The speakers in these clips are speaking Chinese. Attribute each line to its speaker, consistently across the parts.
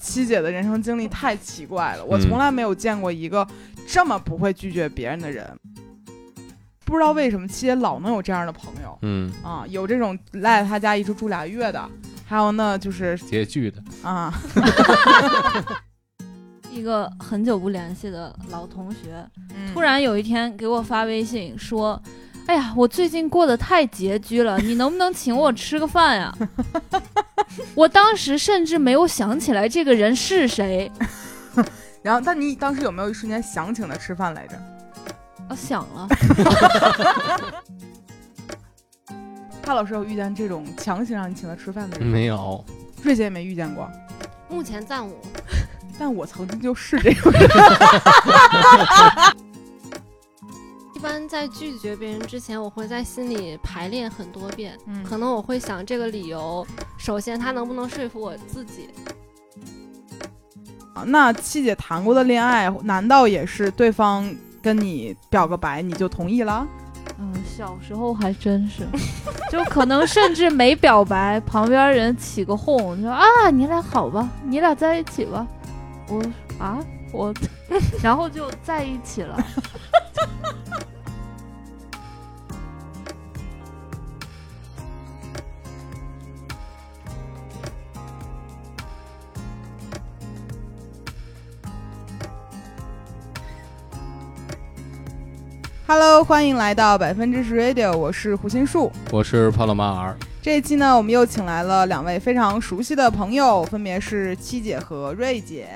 Speaker 1: 七姐的人生经历太奇怪了，我从来没有见过一个这么不会拒绝别人的人。不知道为什么七姐老能有这样的朋友
Speaker 2: 嗯，
Speaker 1: 啊，有这种赖在她家一直住俩月的，还有呢就是
Speaker 2: 拮据的，
Speaker 1: 啊，
Speaker 3: 一个很久不联系的老同学，
Speaker 1: 嗯
Speaker 3: 突然有一天给我发微信说：“哎呀，我最近过得太拮据了，你能不能请我吃个饭呀？”我当时甚至没有想起来这个人是谁，
Speaker 1: 然后，但你当时有没有一瞬间想请他吃饭来着？
Speaker 3: 我想了，
Speaker 1: 帕老师有遇见这种强行让你请他吃饭的人吗？
Speaker 2: 没有，
Speaker 1: 瑞姐也没遇见过，
Speaker 4: 目前暂无。
Speaker 1: 但我曾经就是这种人。
Speaker 4: 一般在拒绝别人之前，我会在心里排练很多遍。可能我会想这个理由，首先他能不能说服我自己？
Speaker 1: 啊那七姐谈过的恋爱，难道也是对方跟你表个白你就同意了？
Speaker 3: 嗯，小时候还真是，就可能甚至没表白，旁边人起个哄，说啊，你俩好吧，你俩在一起吧。我说啊，我， 然后就在一起了。
Speaker 1: Hello，欢迎来到百分之十 Radio，我是胡心树。
Speaker 2: 我是帕洛马尔，
Speaker 1: 这一期呢，我们又请来了两位非常熟悉的朋友，分别是七姐和瑞姐。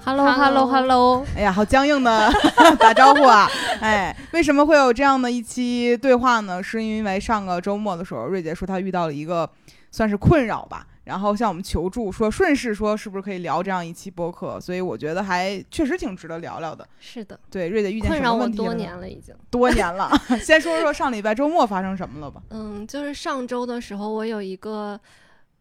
Speaker 3: h e l l o h e l l o h e l l o
Speaker 1: 哎呀，好僵硬的 打招呼啊！哎，为什么会有这样的一期对话呢？是因为上个周末的时候，瑞姐说她遇到了一个算是困扰吧，然后向我们求助，说顺势说是不是可以聊这样一期播客，所以我觉得还确实挺值得聊聊的。
Speaker 4: 是的，
Speaker 1: 对，瑞姐遇见
Speaker 4: 困
Speaker 1: 什
Speaker 4: 扰
Speaker 1: 么
Speaker 4: 我
Speaker 1: 问题了
Speaker 4: 多
Speaker 1: 呢
Speaker 4: 年 了已经。
Speaker 1: 多年了， 先说说上礼拜周末发生什么了吧？
Speaker 4: 嗯，就是上周的时候，我有一个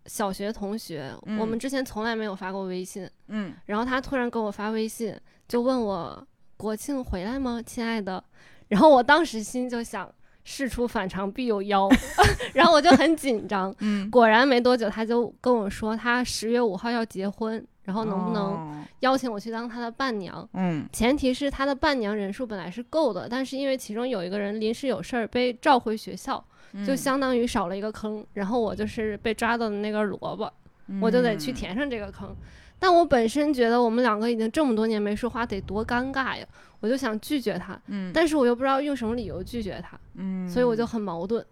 Speaker 4: 小学同学，
Speaker 1: 嗯
Speaker 4: 我们之前从来没有发过微信，
Speaker 1: 嗯，
Speaker 4: 然后他突然给我发微信，就问我国庆回来吗，亲爱的？然后我当时心就想，事出反常必有妖， 然后我就很紧张。
Speaker 1: 嗯，
Speaker 4: 果然没多久，他就跟我说他十月五号要结婚，然后能不能
Speaker 1: 哦？
Speaker 4: 邀请我去当他的伴娘？
Speaker 1: 嗯
Speaker 4: 前提是他的伴娘人数本来是够的，但是因为其中有一个人临时有事儿被召回学校，
Speaker 1: 嗯
Speaker 4: 就相当于少了一个坑。然后我就是被抓到的那根萝卜，
Speaker 1: 嗯
Speaker 4: 我就得去。填上这个坑。但我本身觉得我们两个已经这么多年没说话，得多尴尬呀！我就想拒绝他，
Speaker 1: 嗯，
Speaker 4: 但是我又不知道用什么理由拒绝他，
Speaker 1: 嗯，
Speaker 4: 所以我就很矛盾。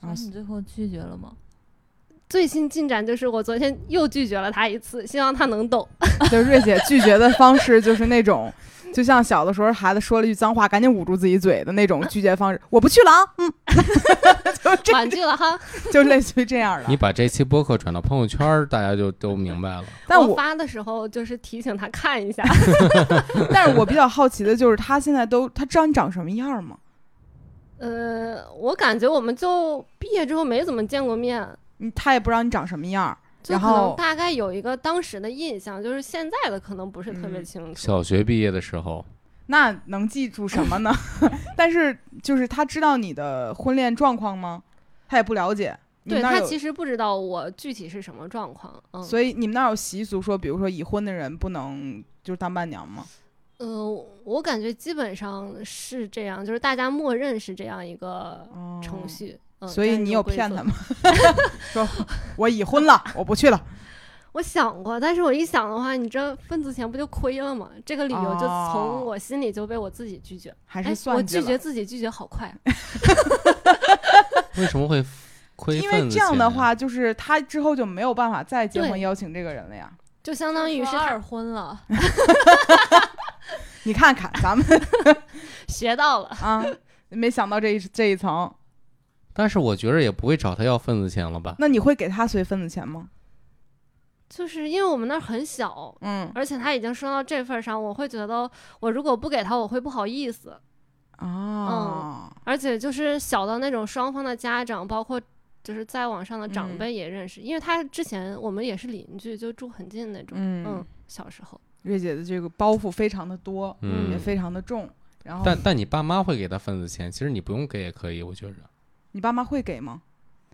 Speaker 1: 啊
Speaker 3: 你最后拒绝了吗？
Speaker 4: 最新进展就是我昨天又拒绝了他一次，希望他能 懂。
Speaker 1: 就是瑞姐拒绝的方式，就是那种，就像小的时候孩子说了一句脏话，赶紧捂住自己嘴的那种拒绝方式。我不去了啊，嗯， 就这，
Speaker 4: 婉拒了哈。
Speaker 1: 就类似于这样
Speaker 2: 你
Speaker 1: 的。
Speaker 2: 把这期播客转到朋友圈儿，大家就都明白了。
Speaker 1: 但
Speaker 4: 我
Speaker 1: 我，
Speaker 4: 发的时候就是提醒他看一下，
Speaker 1: 但是我比较好奇的就是，他现在都，他知道你长什么样吗？
Speaker 4: 呃，我感觉我们就毕业之后没怎么见过面，
Speaker 1: 你他也不知道你长什么样，
Speaker 4: 就
Speaker 1: 然
Speaker 4: 可能
Speaker 1: 后
Speaker 4: 大概有一个当时的印象，就是现在的可能不是特别
Speaker 1: 嗯
Speaker 4: 清楚。
Speaker 2: 小学毕业的时候，
Speaker 1: 那能记住什么呢？ 但是就是他知道你的婚恋状况吗？他也不了解。你
Speaker 4: 对
Speaker 1: 们那儿
Speaker 4: 他
Speaker 1: 有
Speaker 4: 其实不知道我具体是什么状况，嗯，
Speaker 1: 所以你们那儿有习俗说，比如说已婚的人不能就是当伴娘吗？
Speaker 4: 呃，我感觉基本上是这样，就是大家默认是这样一个
Speaker 1: 哦
Speaker 4: 程序。嗯、
Speaker 1: 所
Speaker 4: 这
Speaker 1: 以
Speaker 4: 样一
Speaker 1: 你
Speaker 4: 个
Speaker 1: 有
Speaker 4: 规
Speaker 1: 骗
Speaker 4: 则
Speaker 1: 他吗？ 说我已婚了，我不去了。
Speaker 4: 我想过，但是我一想的话，你这份子钱不就亏了吗？这个理由就
Speaker 1: 哦
Speaker 4: 从我心里就被我自己拒绝。
Speaker 1: 还
Speaker 4: 哎
Speaker 1: 是，
Speaker 4: 我
Speaker 1: 算计
Speaker 4: 拒
Speaker 1: 了
Speaker 4: 绝自己拒绝好快啊，
Speaker 2: 为什么会亏
Speaker 1: 因为
Speaker 2: 份子
Speaker 1: 这样
Speaker 2: 钱啊
Speaker 1: 的
Speaker 2: 呀，
Speaker 1: 话，就是他之后就没有办法再结婚
Speaker 4: 对
Speaker 1: 邀请这个人了呀。
Speaker 4: 就相当于是
Speaker 3: 说
Speaker 4: 他
Speaker 3: 二婚了，
Speaker 1: 你看看咱 们
Speaker 4: 学到了。
Speaker 1: 啊，没想到这一这一层。
Speaker 2: 但是我觉着也不会找他要份子钱了吧？
Speaker 1: 那你会给他随份子钱吗？
Speaker 4: 就是因为我们那儿很小，
Speaker 1: 嗯
Speaker 4: 而且他已经说到这份儿上，我会觉得我如果不给他，我会不好意思。
Speaker 1: 嗯啊，
Speaker 4: 而且就是小到那种双方的家长，包括就是再往上的长
Speaker 1: 嗯
Speaker 4: 辈也认识，因为他之前我们也是邻居，就住很近那种。
Speaker 1: 嗯
Speaker 4: 嗯，小时候
Speaker 1: 瑞姐的这个包袱非常的多，
Speaker 4: 嗯
Speaker 1: 也非常的重。然后
Speaker 2: 但但你爸妈会给他份子钱，其实你不用给也可以，我觉着。
Speaker 1: 你爸妈会给吗？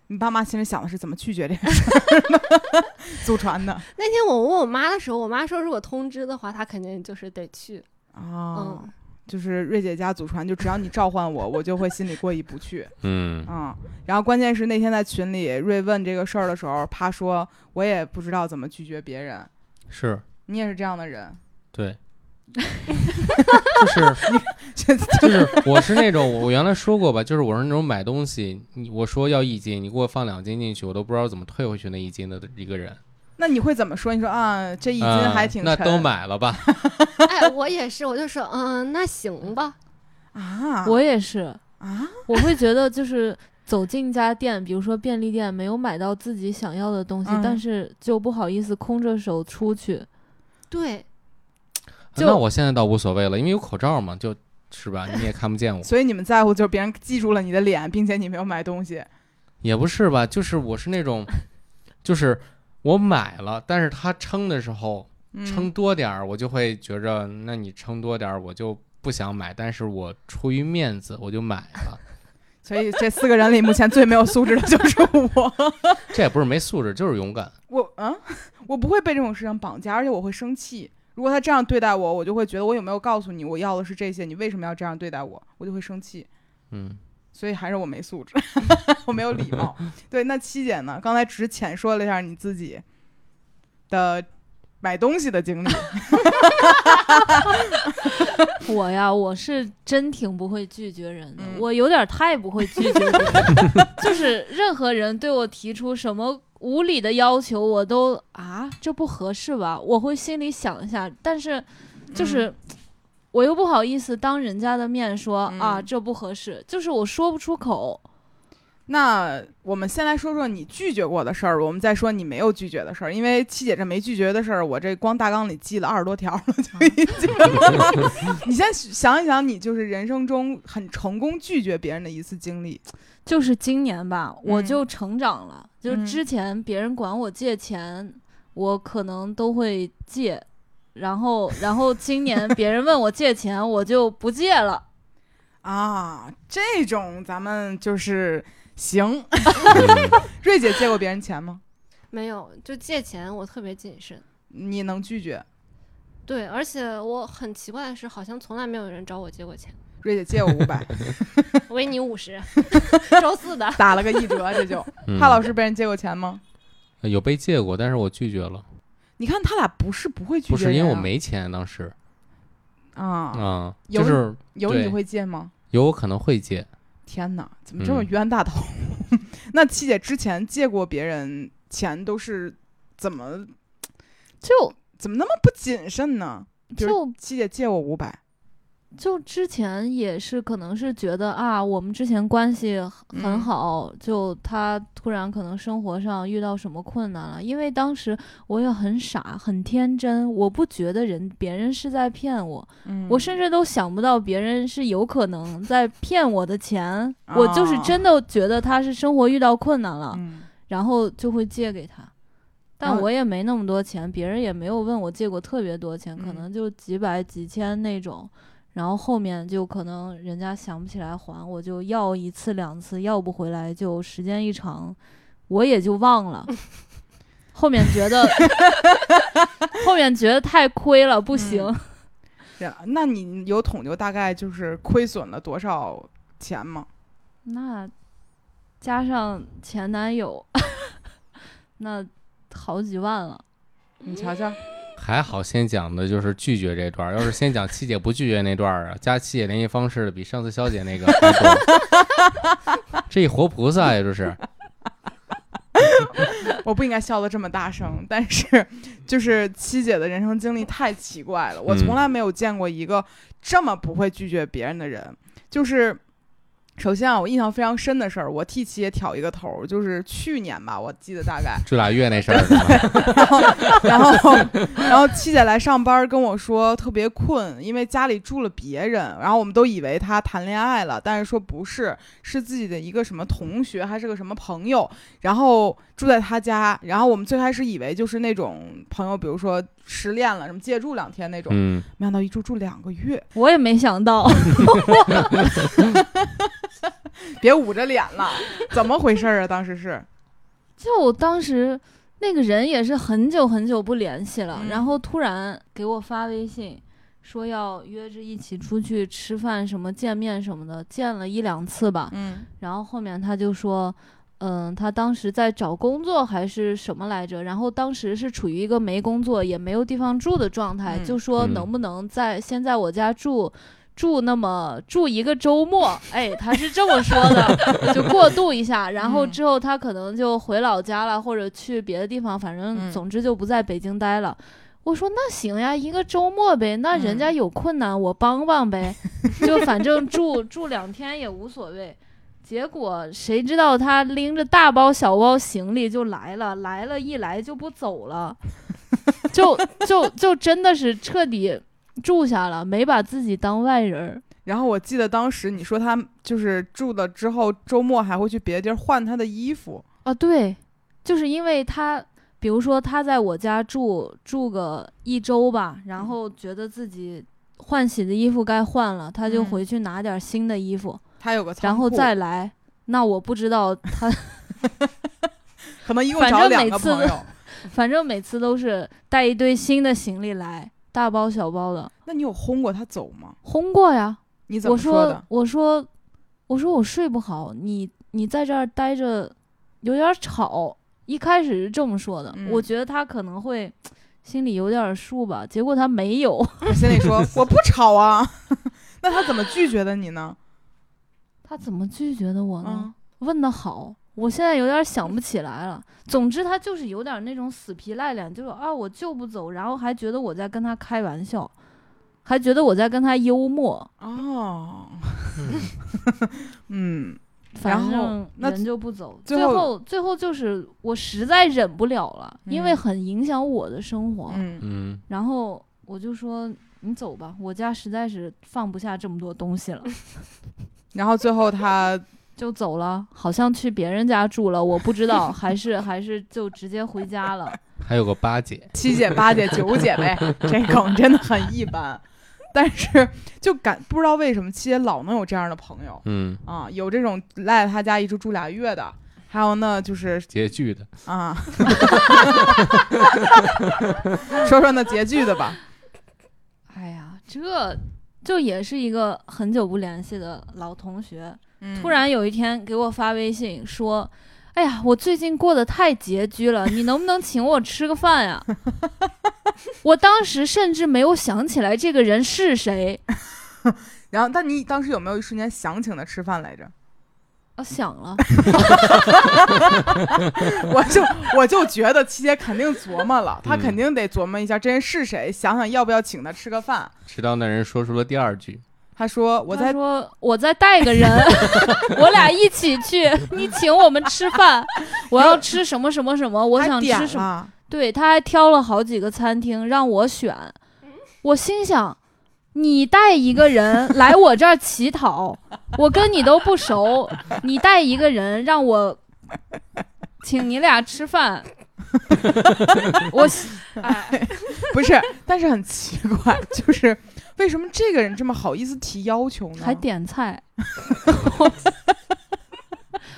Speaker 1: 你爸妈心里想的是怎么拒绝这个事儿 呢？祖传的
Speaker 4: 那天我问我妈的时候，我妈说如果通知的话，她肯定就是得去。
Speaker 2: 哦
Speaker 1: 啊，
Speaker 4: 嗯，
Speaker 1: 就是瑞姐家祖传，就只要你召唤我，我就会心里过意不去。
Speaker 2: 嗯，
Speaker 1: 嗯，然后关键是那天在群里瑞问这个事儿的时候，他说我也不知道怎么拒绝别人。
Speaker 2: 是
Speaker 1: 你也是这样的人，
Speaker 2: 对，就是就是我是那种我原来说过吧，就是我是那种买东西，你我说要一斤，你给我放两斤进去，我都不知道怎么退回去那一斤的一个人。
Speaker 1: 那你会怎么说？你说啊，这一
Speaker 2: 一
Speaker 1: 斤还挺
Speaker 2: 嗯那
Speaker 1: 沉、
Speaker 2: 都买了吧？啊
Speaker 4: 哎，我也是，我就说，嗯，那行吧。
Speaker 1: 啊，
Speaker 3: 我也是，
Speaker 1: 啊，
Speaker 3: 我会觉得就是走进一家店，比如说便利店，没有买到自己想要的东西，
Speaker 1: 嗯
Speaker 3: 但是就不好意思空着手出去。
Speaker 4: 对，
Speaker 3: 就
Speaker 2: 那我现在倒无所谓了，因为有口罩嘛，就是吧，你也看不见我。
Speaker 1: 所以你们在乎就是别人记住了你的脸，并且你没有买东西。
Speaker 2: 也不是吧，就是我是那种，就是我买了，但是他称的时候称
Speaker 1: 嗯，
Speaker 2: 多点儿，我就会觉着，那你称多点儿，我就不想买，但是我出于面子，我就买了。
Speaker 1: 所以这四个人里目前最没有素质的就是我。
Speaker 2: 这也不是没素质，就是勇敢。
Speaker 1: 我嗯，我不会被这种事情绑架，而且我会生气。如果他这样对待我，我就会觉得我有没有告诉你我要的是这些，你为什么要这样对待我？我就会生气。
Speaker 2: 嗯，
Speaker 1: 所以还是我没素质， 我没有礼貌。对，那七姐呢？刚才只是浅说了一下你自己的买东西的经历。
Speaker 3: 我呀，我是真挺不会拒绝人的，
Speaker 1: 嗯
Speaker 3: 我有点太不会拒绝别人了， 就是任何人对我提出什么无理的要求，我都啊，这不合适吧？我会心里想一下，但是就是。
Speaker 1: 嗯
Speaker 3: 我又不好意思当人家的面说、啊，
Speaker 1: 嗯
Speaker 3: 这不合适，就是我说不出口。
Speaker 1: 那我们先来说说你拒绝过的事儿，我们再说你没有拒绝的事儿。因为七姐这没拒绝的事儿，我这光大纲里记了二十多条了，就已经。你先想一想，你就是人生中很成功拒绝别人的一次经历。
Speaker 3: 就是今年吧，
Speaker 1: 嗯
Speaker 3: 我就成长了。就
Speaker 1: 嗯
Speaker 3: 之前别人管我借钱，我可能都会借，然后然后今 年别人问我借钱，我就不借了。
Speaker 1: 啊，这种咱们就是行。瑞姐借过别人钱吗？
Speaker 4: 没有，就借钱我特别谨慎。
Speaker 1: 你能拒绝？
Speaker 4: 对，而且我很奇怪的是，好像从来没有人找我借过 钱。
Speaker 1: 瑞姐借我五百，
Speaker 4: 维尼五十，周四的。
Speaker 1: 打了个一折，这就。
Speaker 2: 嗯
Speaker 1: 他老师被人借过钱吗？
Speaker 2: 有被借过，但是我拒绝了，
Speaker 1: 你看他俩不是不会拒绝、
Speaker 2: 不是因为我没钱，当时
Speaker 1: 啊、
Speaker 2: 啊，
Speaker 1: 有
Speaker 2: 就是
Speaker 1: 有你
Speaker 2: 对
Speaker 1: 会借吗？
Speaker 2: 有我可能会借，
Speaker 1: 天哪，怎么这么
Speaker 2: 嗯
Speaker 1: 冤大头？ 那七姐之前借过别人钱都是怎么
Speaker 3: 就
Speaker 1: 怎么那么不谨慎呢？比如
Speaker 3: 就
Speaker 1: 七姐借我五百，
Speaker 3: 就之前也是，可能是觉得啊，我们之前关系很
Speaker 1: 嗯
Speaker 3: 好，就他突然可能生活上遇到什么困难了，因为当时我也很傻很天真，我不觉得人别人是在骗我，
Speaker 1: 嗯
Speaker 3: 我甚至都想不到别人是有可能在骗我 的钱，我就是真的觉得他是生活遇到困难了，
Speaker 1: 啊嗯
Speaker 3: 然后就会借给他。
Speaker 1: 然
Speaker 3: 但
Speaker 1: 后
Speaker 3: 我也没那么多钱，别人也没有问我借过特别多钱，可
Speaker 1: 嗯
Speaker 3: 能就几百几千那种。然后后面就可能人家想不起来还，我就要一次两次，要不回来就时间一长，我也就忘 了。后面觉得，后面觉得太亏了，不行。
Speaker 1: 嗯这样那你有统计大概就是亏损了多少钱吗？
Speaker 3: 那加上前男友，那好几万了。嗯
Speaker 1: 你瞧瞧，
Speaker 2: 还好先讲的就是拒绝这段儿，要是先讲七姐不拒绝那段儿啊，加七姐联系方式的比上次肖姐那个还多。这一活菩萨呀，这是
Speaker 1: 我不应该笑得这么大声，但是就是七姐的人生经历太奇怪了，我从来没有见过一个这么不会拒绝别人的人。就是首先啊，我印象非常深的事儿，我替七姐挑一个头儿，就是去年吧，我记得大概，
Speaker 2: 这俩月那事儿是吧，
Speaker 1: 然后然后 然后七姐来上班跟我说特别困，因为家里住了别人，然后我们都以为她谈恋爱了，但是说不是，是自己的一个什么同学还是个什么朋友，然后住在她家，然后我们最开始以为就是那种朋友，比如说失恋了什么借住两天那种，
Speaker 2: 嗯，
Speaker 1: 没想到一住住两个月，
Speaker 3: 我也没想到，
Speaker 1: 别捂着脸了，怎么回事儿啊？当时是，
Speaker 3: 就我当时那个人也是很久很久不联系了，
Speaker 1: 嗯
Speaker 3: 然后突然给我发微信，说要约着一起出去吃饭什么见面什么的，见了一两次吧。
Speaker 1: 嗯
Speaker 3: 然后后面他就说，嗯，他当时在找工作还是什么来着，然后当时是处于一个没工作也没有地方住的状态，
Speaker 1: 嗯
Speaker 3: 就说
Speaker 2: 嗯
Speaker 3: 能不能在先在我家住。住那么住一个周末，哎，他是这么说的，就过渡一下，然后
Speaker 1: 嗯
Speaker 3: 之后他可能就回老家了，或者去别的地方，反正
Speaker 1: 嗯
Speaker 3: 总之就不在北京待了。我说那行呀，一个周末呗，那人家有困难、我帮帮呗，就反正住住两天也无所谓。结果谁知道他拎着大包小包行李就来了，来了一来就不走了，就就就真的是彻底住下了，没把自己当外人儿。
Speaker 1: 然后我记得当时你说他就是住了之后，周末还会去别的地儿换他的衣服。
Speaker 3: 啊，对，就是因为他，比如说他在我家住住个一周吧，
Speaker 1: 嗯
Speaker 3: 然后觉得自己换洗的衣服该换了，他就
Speaker 1: 嗯
Speaker 3: 回去拿点新的衣服，
Speaker 1: 他有个仓库，
Speaker 3: 然后再来。那我不知道他，
Speaker 1: 可能一共
Speaker 3: 反
Speaker 1: 找
Speaker 3: 正
Speaker 1: 两
Speaker 3: 每
Speaker 1: 个
Speaker 3: 次
Speaker 1: 朋
Speaker 3: 都
Speaker 1: 友。
Speaker 3: 反正每次都是带一堆新的行李来，大包小包的，
Speaker 1: 那你有轰过他走吗？
Speaker 3: 轰过呀。
Speaker 1: 你怎
Speaker 3: 我
Speaker 1: 么
Speaker 3: 说
Speaker 1: 的？
Speaker 3: 我说我说我睡不好，你你在这儿待着有点儿吵。一开始是这么说的，我
Speaker 1: 嗯
Speaker 3: 觉得他可能会心里有点儿数吧，结果他没有，
Speaker 1: 我心里说我不吵啊。 那他怎么拒绝的你呢？
Speaker 3: 他怎么拒绝的我呢
Speaker 1: 嗯？
Speaker 3: 问的好，我现在有点儿想不起来了。总之他就是有点儿那种死皮赖脸，就是啊我就不走，然后还觉得我在跟他开玩笑，还觉得我在跟他幽默，
Speaker 1: 哦，嗯，然
Speaker 3: 反
Speaker 1: 后
Speaker 3: 正
Speaker 1: 那
Speaker 3: 人就不走。
Speaker 1: 最
Speaker 3: 最
Speaker 1: 后
Speaker 3: 后，最后就是我实在忍不了了，因为
Speaker 1: 嗯
Speaker 3: 很影响我的生活。
Speaker 1: 嗯，
Speaker 2: 嗯，
Speaker 3: 然后我就说：“你走吧，我家实在是放不下这么多东 西了。
Speaker 1: 然后最后他”
Speaker 3: 就走了，好像去别人家住了，我不 知道，还是还是就直接回家了。
Speaker 2: 还有个八姐，
Speaker 1: 七姐、八姐、九姐 呗，这梗真的很一般。但是就感不知道为什么七姐老能有这样的朋友
Speaker 2: 嗯，
Speaker 1: 啊，有这种赖在他家一住住俩月的，还有呢就是
Speaker 2: 拮据的，
Speaker 1: 啊，说说那拮据的吧，
Speaker 3: 哎呀，这就也是一个很久不联系的老同学，
Speaker 1: 嗯
Speaker 3: 突然有一天给我发微信说：“哎呀，我最近过得太拮据了，你能不能请我吃个饭呀、 我当时甚至没有想起来这个人是谁，
Speaker 1: 然后，但你当时有没有一瞬间想请他吃饭来 着？
Speaker 3: 啊，想了，
Speaker 1: 我就我就觉得七姐肯定琢磨了，她肯定得琢磨一下这人是谁，想想要不要请他吃个饭。
Speaker 2: 直到那人说出了第二句，
Speaker 1: 她说：“我
Speaker 3: 他
Speaker 1: 在
Speaker 3: 说我再 带个人， 我俩一起去，你请我们吃饭，我要吃什么什么什么，我
Speaker 1: 还
Speaker 3: 想
Speaker 1: 点啊
Speaker 3: 吃什么。”
Speaker 1: 了
Speaker 3: 对，他还挑了好几个餐厅让我选，我心想，你带一个人来我这儿乞讨，我跟你都不熟，你带一个人让我请你俩吃饭，我哎，
Speaker 1: 不是，但是很奇怪，就是为什么这个人这么好意思提要求呢？
Speaker 3: 还点菜，我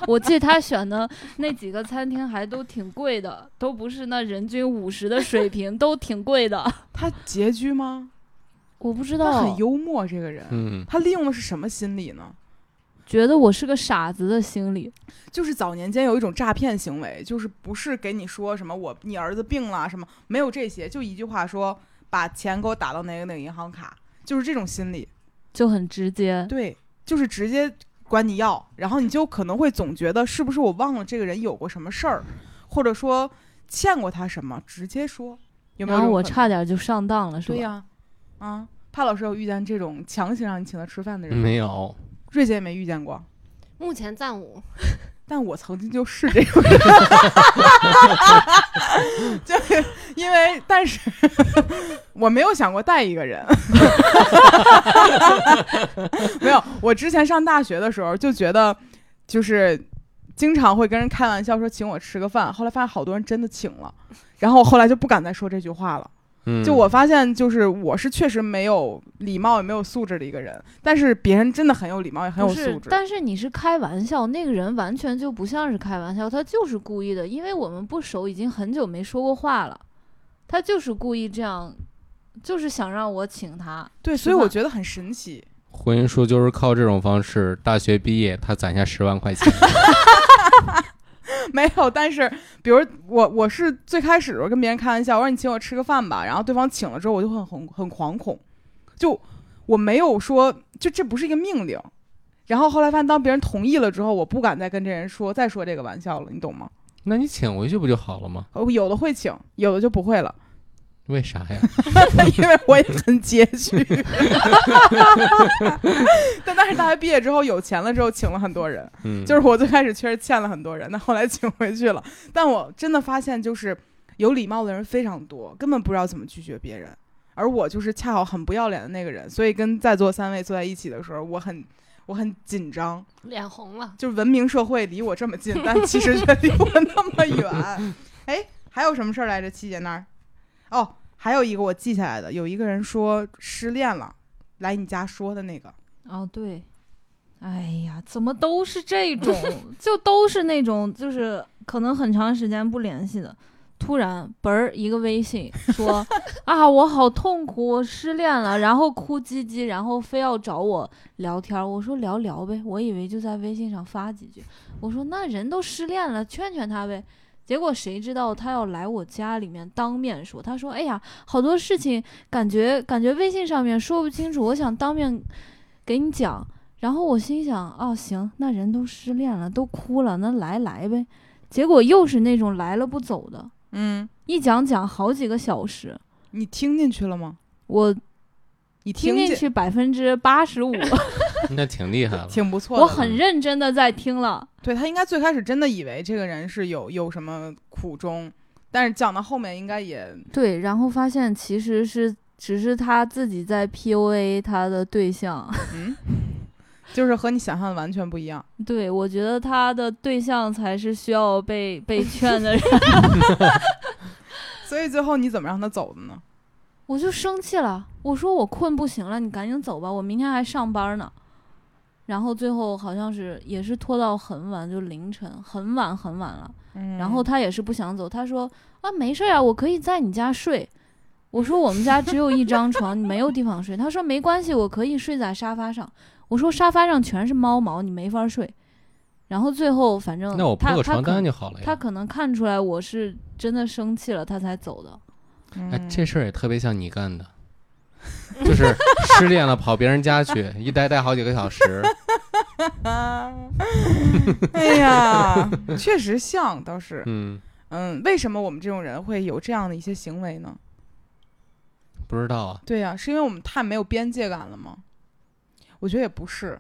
Speaker 3: 我记得他选的那几个餐厅还都挺贵的，都不是那人均五十的水平，都挺贵的。
Speaker 1: 他拮据吗？
Speaker 3: 我不知
Speaker 1: 他
Speaker 3: 道
Speaker 1: 很，幽默，这个人，
Speaker 2: 嗯，
Speaker 1: 他利用的是什么心理呢？
Speaker 3: 觉得我是个傻子的心理。
Speaker 1: 就是早年间有一种诈骗行为，就是不是给你说什么我你儿子病了什么，没有这些，就一句话说把钱给我打到哪个哪个银行卡，就是这种心理。
Speaker 3: 就很直接。
Speaker 1: 对，就是直接管你要，然后你就可能会总觉得是不是我忘了这个人有过什么事儿，或者说欠过他什么，直接说。有没有
Speaker 3: 然
Speaker 1: 这
Speaker 3: 后
Speaker 1: 种
Speaker 3: 我
Speaker 1: 可能？
Speaker 3: 差点就上当了，是吧？
Speaker 1: 对呀、啊，帕老师有遇见这种强行让你请他吃饭的人吗？
Speaker 2: 没有，
Speaker 1: 瑞姐也没遇见过，
Speaker 4: 目前暂无。
Speaker 1: 但我曾经就是这种人， 就是因为，但是我没有想过带一个人， 没有。我之前上大学的时候就觉得，就是经常会跟人开玩笑说请我吃个饭，后来发现好多人真的请了，然后我后来就不敢再说这句话了。
Speaker 2: 嗯，
Speaker 1: 就我发现，就是我是确实没有礼貌也没有素质的一个人，但是别人真的很有礼貌也很有
Speaker 3: 不
Speaker 1: 素
Speaker 3: 是
Speaker 1: 质。，
Speaker 3: 但是你是开玩笑，那个人完全就不像是开玩笑，他就是故意的，因为我们不熟，已经很久没说过话了，他就是故意这样，就是想让我请他。
Speaker 1: 对，
Speaker 3: 吃
Speaker 1: 所以我
Speaker 3: 饭
Speaker 1: 觉得很神奇。
Speaker 2: 婚姻树就是靠这种方式，大学毕业他攒下十万块钱，
Speaker 1: 没有，但是比如我我是最开始的时候跟别人开玩笑，我说你请我吃个饭吧，然后对方请了之后，我就会很很惶恐，就我没有说就这不是一个命令。然后后来发现，当别人同意了之后，我不敢再跟这人说再说这个玩笑了，你懂吗？
Speaker 2: 那你请回去不就好了吗？
Speaker 1: 呃有的会请，有的就不会了，
Speaker 2: 为啥呀？
Speaker 1: 因为我也很拮据。 但但是大学毕业之后有钱了之后，请了很多人，
Speaker 2: 嗯，
Speaker 1: 就是我最开始确实欠了很多人，但后来请回去了。但我真的发现，就是有礼貌的人非常多，根本不知道怎么拒绝别人。而我就是恰好很不要脸的那个人，所以跟在座三位坐在一起的时候，我很我很紧张。
Speaker 4: 脸红了。
Speaker 1: 就是文明社会离我这么近，但其实却离我那么远。哎，还有什么事儿来着？七姐那儿，哦，还有一个我记下来的，有一个人说失恋了，来你家说的那个。
Speaker 3: 哦，对，哎呀，怎么都是这种， 就都是那种，就是可能很长时间不联系的，突然嘣儿一个微信说啊，我好痛苦，我失恋了，然后哭唧唧，然后非要找我聊天儿，我说聊聊呗，我以为就在微信上发几句，我说那人都失恋了，劝劝他呗。结果谁知道他要来我家里面当面说，他说：“哎呀，好多事情感觉感觉微信上面说不清楚，我想当面给你讲。然后我心想，哦，行，那人都失恋了，都哭了，那来来呗。结果又是那种来了不走的，
Speaker 1: 嗯，
Speaker 3: 一讲讲好几个小时，
Speaker 1: 你听进去了吗？
Speaker 3: 我
Speaker 1: 你
Speaker 3: 听进
Speaker 1: 见
Speaker 3: 去百分之八十五，
Speaker 2: 嗯那挺厉害了。
Speaker 1: 挺不错的。
Speaker 3: 我很认真的在听了。
Speaker 1: 对他应该最开始真的以为这个人是有有什么苦衷，但是讲到后面应该也
Speaker 3: 对，然后发现其实是只是他自己在 PUA 他的对象。
Speaker 1: 嗯， 就是和你想象的完全不一样。
Speaker 3: 对，我觉得他的对象才是需要被被劝的人。
Speaker 1: 所以最后你怎么让他走的呢？
Speaker 3: 我就生气了，我说我困不行了，你赶紧走吧，我明天还上班呢。然后最后好像是也是拖到很晚，就凌晨很晚很晚了。
Speaker 1: 嗯
Speaker 3: 然后他也是不想走，他说啊没事儿啊，我可以在你家睡。我说我们家只有一张床，你没有地方睡。他说没关系，我可以睡在沙发上。我说沙发上全是猫毛，你没法睡。然后最后反正
Speaker 2: 那我铺
Speaker 3: 他
Speaker 2: 个
Speaker 3: 他
Speaker 2: 床
Speaker 3: 可
Speaker 2: 单就好了
Speaker 3: 他
Speaker 2: 呀。
Speaker 3: 可能看出来我是真的生气了，他才走的。
Speaker 2: 哎，
Speaker 1: 嗯
Speaker 2: 这事儿也特别像你干的，就是失恋了跑别人家去，一待待好几个小时。
Speaker 1: 啊，哎呀，确实像倒是，
Speaker 2: 嗯，
Speaker 1: 嗯，为什么我们这种人会有这样的一些行为呢？
Speaker 2: 不知道啊。
Speaker 1: 对呀、是因为我们太没有边界感了吗？我觉得也不是，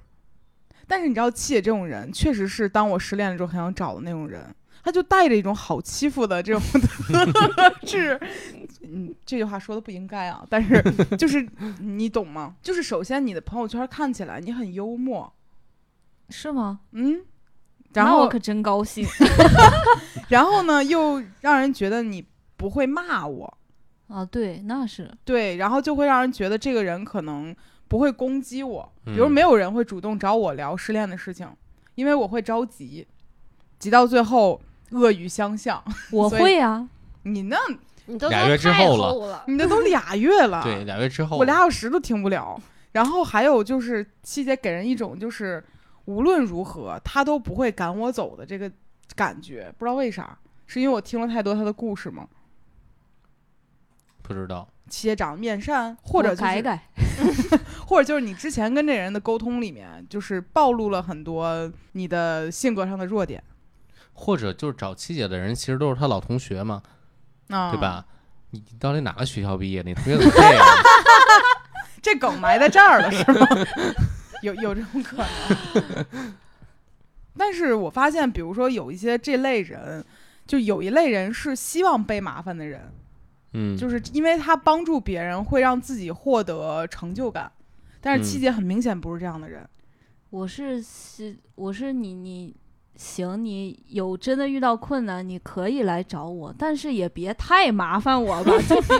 Speaker 1: 但是你知道，七姐这种人确实是当我失恋了之后很想找的那种人，他就带着一种好欺负的这种特质。嗯，这句话说的不应该啊，但 是就是你懂吗？就是首先你的朋友圈看起来你很幽默，
Speaker 3: 是吗？
Speaker 1: 嗯，然
Speaker 3: 那
Speaker 1: 后
Speaker 3: 我可真 高兴。
Speaker 1: 然后呢，又让人觉得你不会骂我，
Speaker 3: 啊，对，那是
Speaker 1: 对，然后就会让人觉得这个人可能不会攻击我。比如
Speaker 2: 嗯
Speaker 1: 没有人会主动找我聊失恋的事情，因为我会着急，急到最后恶语相向。
Speaker 3: 我
Speaker 1: 所以
Speaker 3: 会啊，
Speaker 1: 你那
Speaker 4: 你都
Speaker 2: 俩
Speaker 4: 在
Speaker 2: 月之
Speaker 4: 太
Speaker 2: 后了
Speaker 4: 后了，
Speaker 1: 你那都俩月了，
Speaker 2: 对，俩月之后，
Speaker 1: 啊我俩小时都听不了。然后还有就是，七姐给人一种就是无论如何她都不会赶我走的这个感觉，不知道为啥，是因为我听了太多她的故事吗？
Speaker 2: 不知道。
Speaker 1: 七姐长得面善，或者、
Speaker 3: 我
Speaker 1: 就是、
Speaker 3: 改改。
Speaker 1: 或者就是你之前跟这人的沟通里面，就是暴露了很多你的性格上的弱点，
Speaker 2: 或者就是找七姐的人，其实都是她老同学嘛，
Speaker 1: 啊、
Speaker 2: 对？吧？你你到底哪个学校毕业？你同学怎么这样？
Speaker 1: 这梗埋在这儿了是吗？ 有有这种可能。 但是我发现，比如说有一些这类人，就有一类人是希望被麻烦的人，
Speaker 2: 嗯，
Speaker 1: 就是因为他帮助别人会让自己获得成就感。但是七
Speaker 2: 嗯
Speaker 1: 姐很明显不是这样的人，
Speaker 3: 我是是我是你你行，你有真的遇到困难，你可以来找我，但是也别太麻烦我吧。就是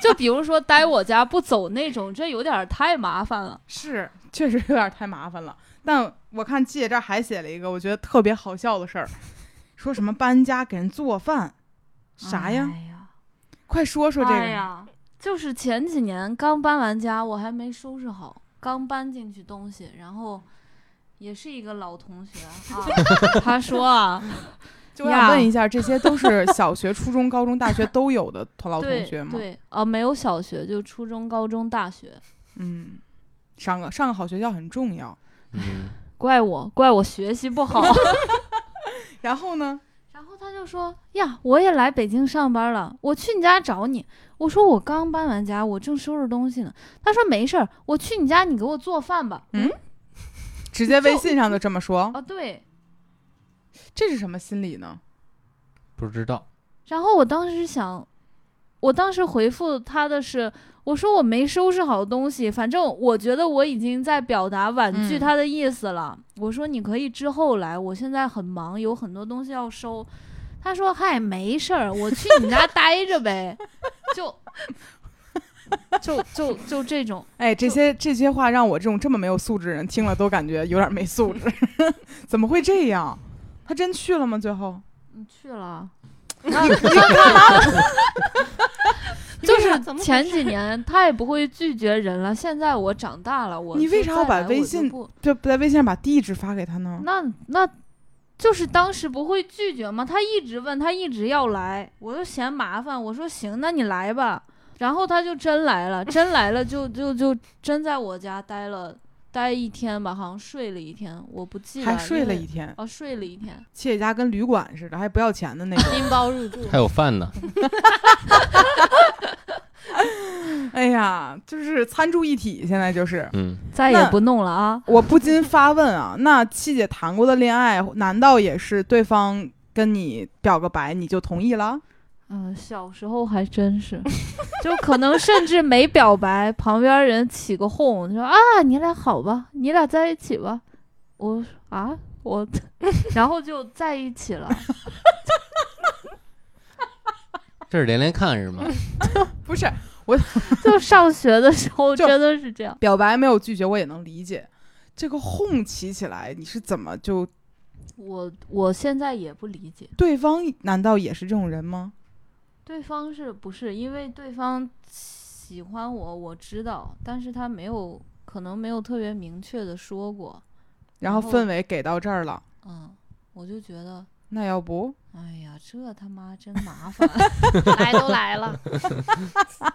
Speaker 3: 就比如说待我家不走那种，这有点太麻烦了。
Speaker 1: 是，确实有点太麻烦了。但我看季姐这儿还写了一个我觉得特别好笑的事儿，说什么搬家给人做饭，啥呀？
Speaker 3: 哎呀，
Speaker 1: 快说说这个。
Speaker 3: 哎呀，就是前几年刚搬完家，我还没收拾好，刚搬进去东西，然后也是一个老同学啊，他说啊，
Speaker 1: 就我想问
Speaker 3: 呀
Speaker 1: 一下，这些都是小学、初中、高中、大学都有的同老同
Speaker 3: 对
Speaker 1: 学吗？
Speaker 3: 对，呃，没有小学，就初中、高中、大学，
Speaker 1: 嗯，上个上个好学校很重要。
Speaker 2: 嗯，
Speaker 3: 怪我，怪我学习 不好。
Speaker 1: 然后呢？
Speaker 3: 然后他就说：“呀，我也来北京上班了，我去你家找你。”我说：“我刚搬完家，我正收拾东西呢。”他说：“没事儿，我去你家，你给我做饭吧。
Speaker 1: 嗯直接微信上就这么”说，
Speaker 3: 哦，对。
Speaker 1: 这是什么心理呢？
Speaker 2: 不知道，
Speaker 3: 然后我当时想，我当时回复他的是：“我说我没收拾好东西，反正我觉得我已经在表达婉拒
Speaker 1: 嗯
Speaker 3: 他的意思了。我说：“你可以之后来，我现在很忙，有很多东西要收。”他说：“嗨，没事儿，我去 你家待着呗。”就。就就就这种，
Speaker 1: 哎，这些这些话让我这种这么没有素质的人听了都感觉有点没素质， 怎么会这样？他真去了吗？最后
Speaker 3: 嗯，去了，
Speaker 1: 哎
Speaker 4: 就
Speaker 2: 啊
Speaker 3: 就是
Speaker 4: 怎么回
Speaker 3: 前
Speaker 4: 事
Speaker 3: 几年他也不会拒绝人了。现在我长大了，我
Speaker 1: 你为
Speaker 3: 就
Speaker 1: 啥
Speaker 3: 再
Speaker 1: 要把
Speaker 3: 来
Speaker 1: 微
Speaker 3: 我就
Speaker 1: 信
Speaker 3: 不
Speaker 1: 就不在微信上把地址发给他呢？
Speaker 3: 那那，就是当时不会拒绝嘛，他一直问，他一直要来，我就嫌麻烦，我说行，那你来吧。然后他就真来了，真来了就就就真在我家待了待一天吧，好像睡了一天，我不记得
Speaker 1: 还睡了一
Speaker 3: 天
Speaker 1: 天，
Speaker 3: 哦，睡了一天，
Speaker 1: 七姐家跟旅馆似的，还不要钱的那 种。
Speaker 4: 拎 包入住，
Speaker 2: 还有饭呢，
Speaker 1: 哎呀，就是参住一体，现在就是。
Speaker 2: 嗯，
Speaker 3: 再
Speaker 1: 那
Speaker 3: 也不弄了啊。
Speaker 1: 我不禁发问啊，那七姐谈过的恋爱，难道也是对方跟你表个白你就同意了？
Speaker 3: 嗯，小时候还真是， 就可能甚至没表白，旁边人起个哄，说啊，你俩好吧，你俩在一起吧。我说啊，我， 然后就在一起了。
Speaker 2: 这是连连看是
Speaker 1: 嗯
Speaker 2: 吗？
Speaker 1: 不是，
Speaker 3: 就上学的时候
Speaker 1: 就
Speaker 3: 真的是这样，
Speaker 1: 表白没有拒绝，我也能理解。这个哄起起来，你是怎么就
Speaker 3: 我我现在也不理解
Speaker 1: 对方难道也是这种人吗？
Speaker 3: 对方是不是因为对方喜欢我，我知道，但是他没有可能没有特别明确的说过，
Speaker 1: 然后
Speaker 3: 然后
Speaker 1: 氛围给到这儿了，
Speaker 3: 嗯，我就觉得。
Speaker 1: 那要不
Speaker 3: 哎呀，这他妈真麻烦！
Speaker 4: 来都来了，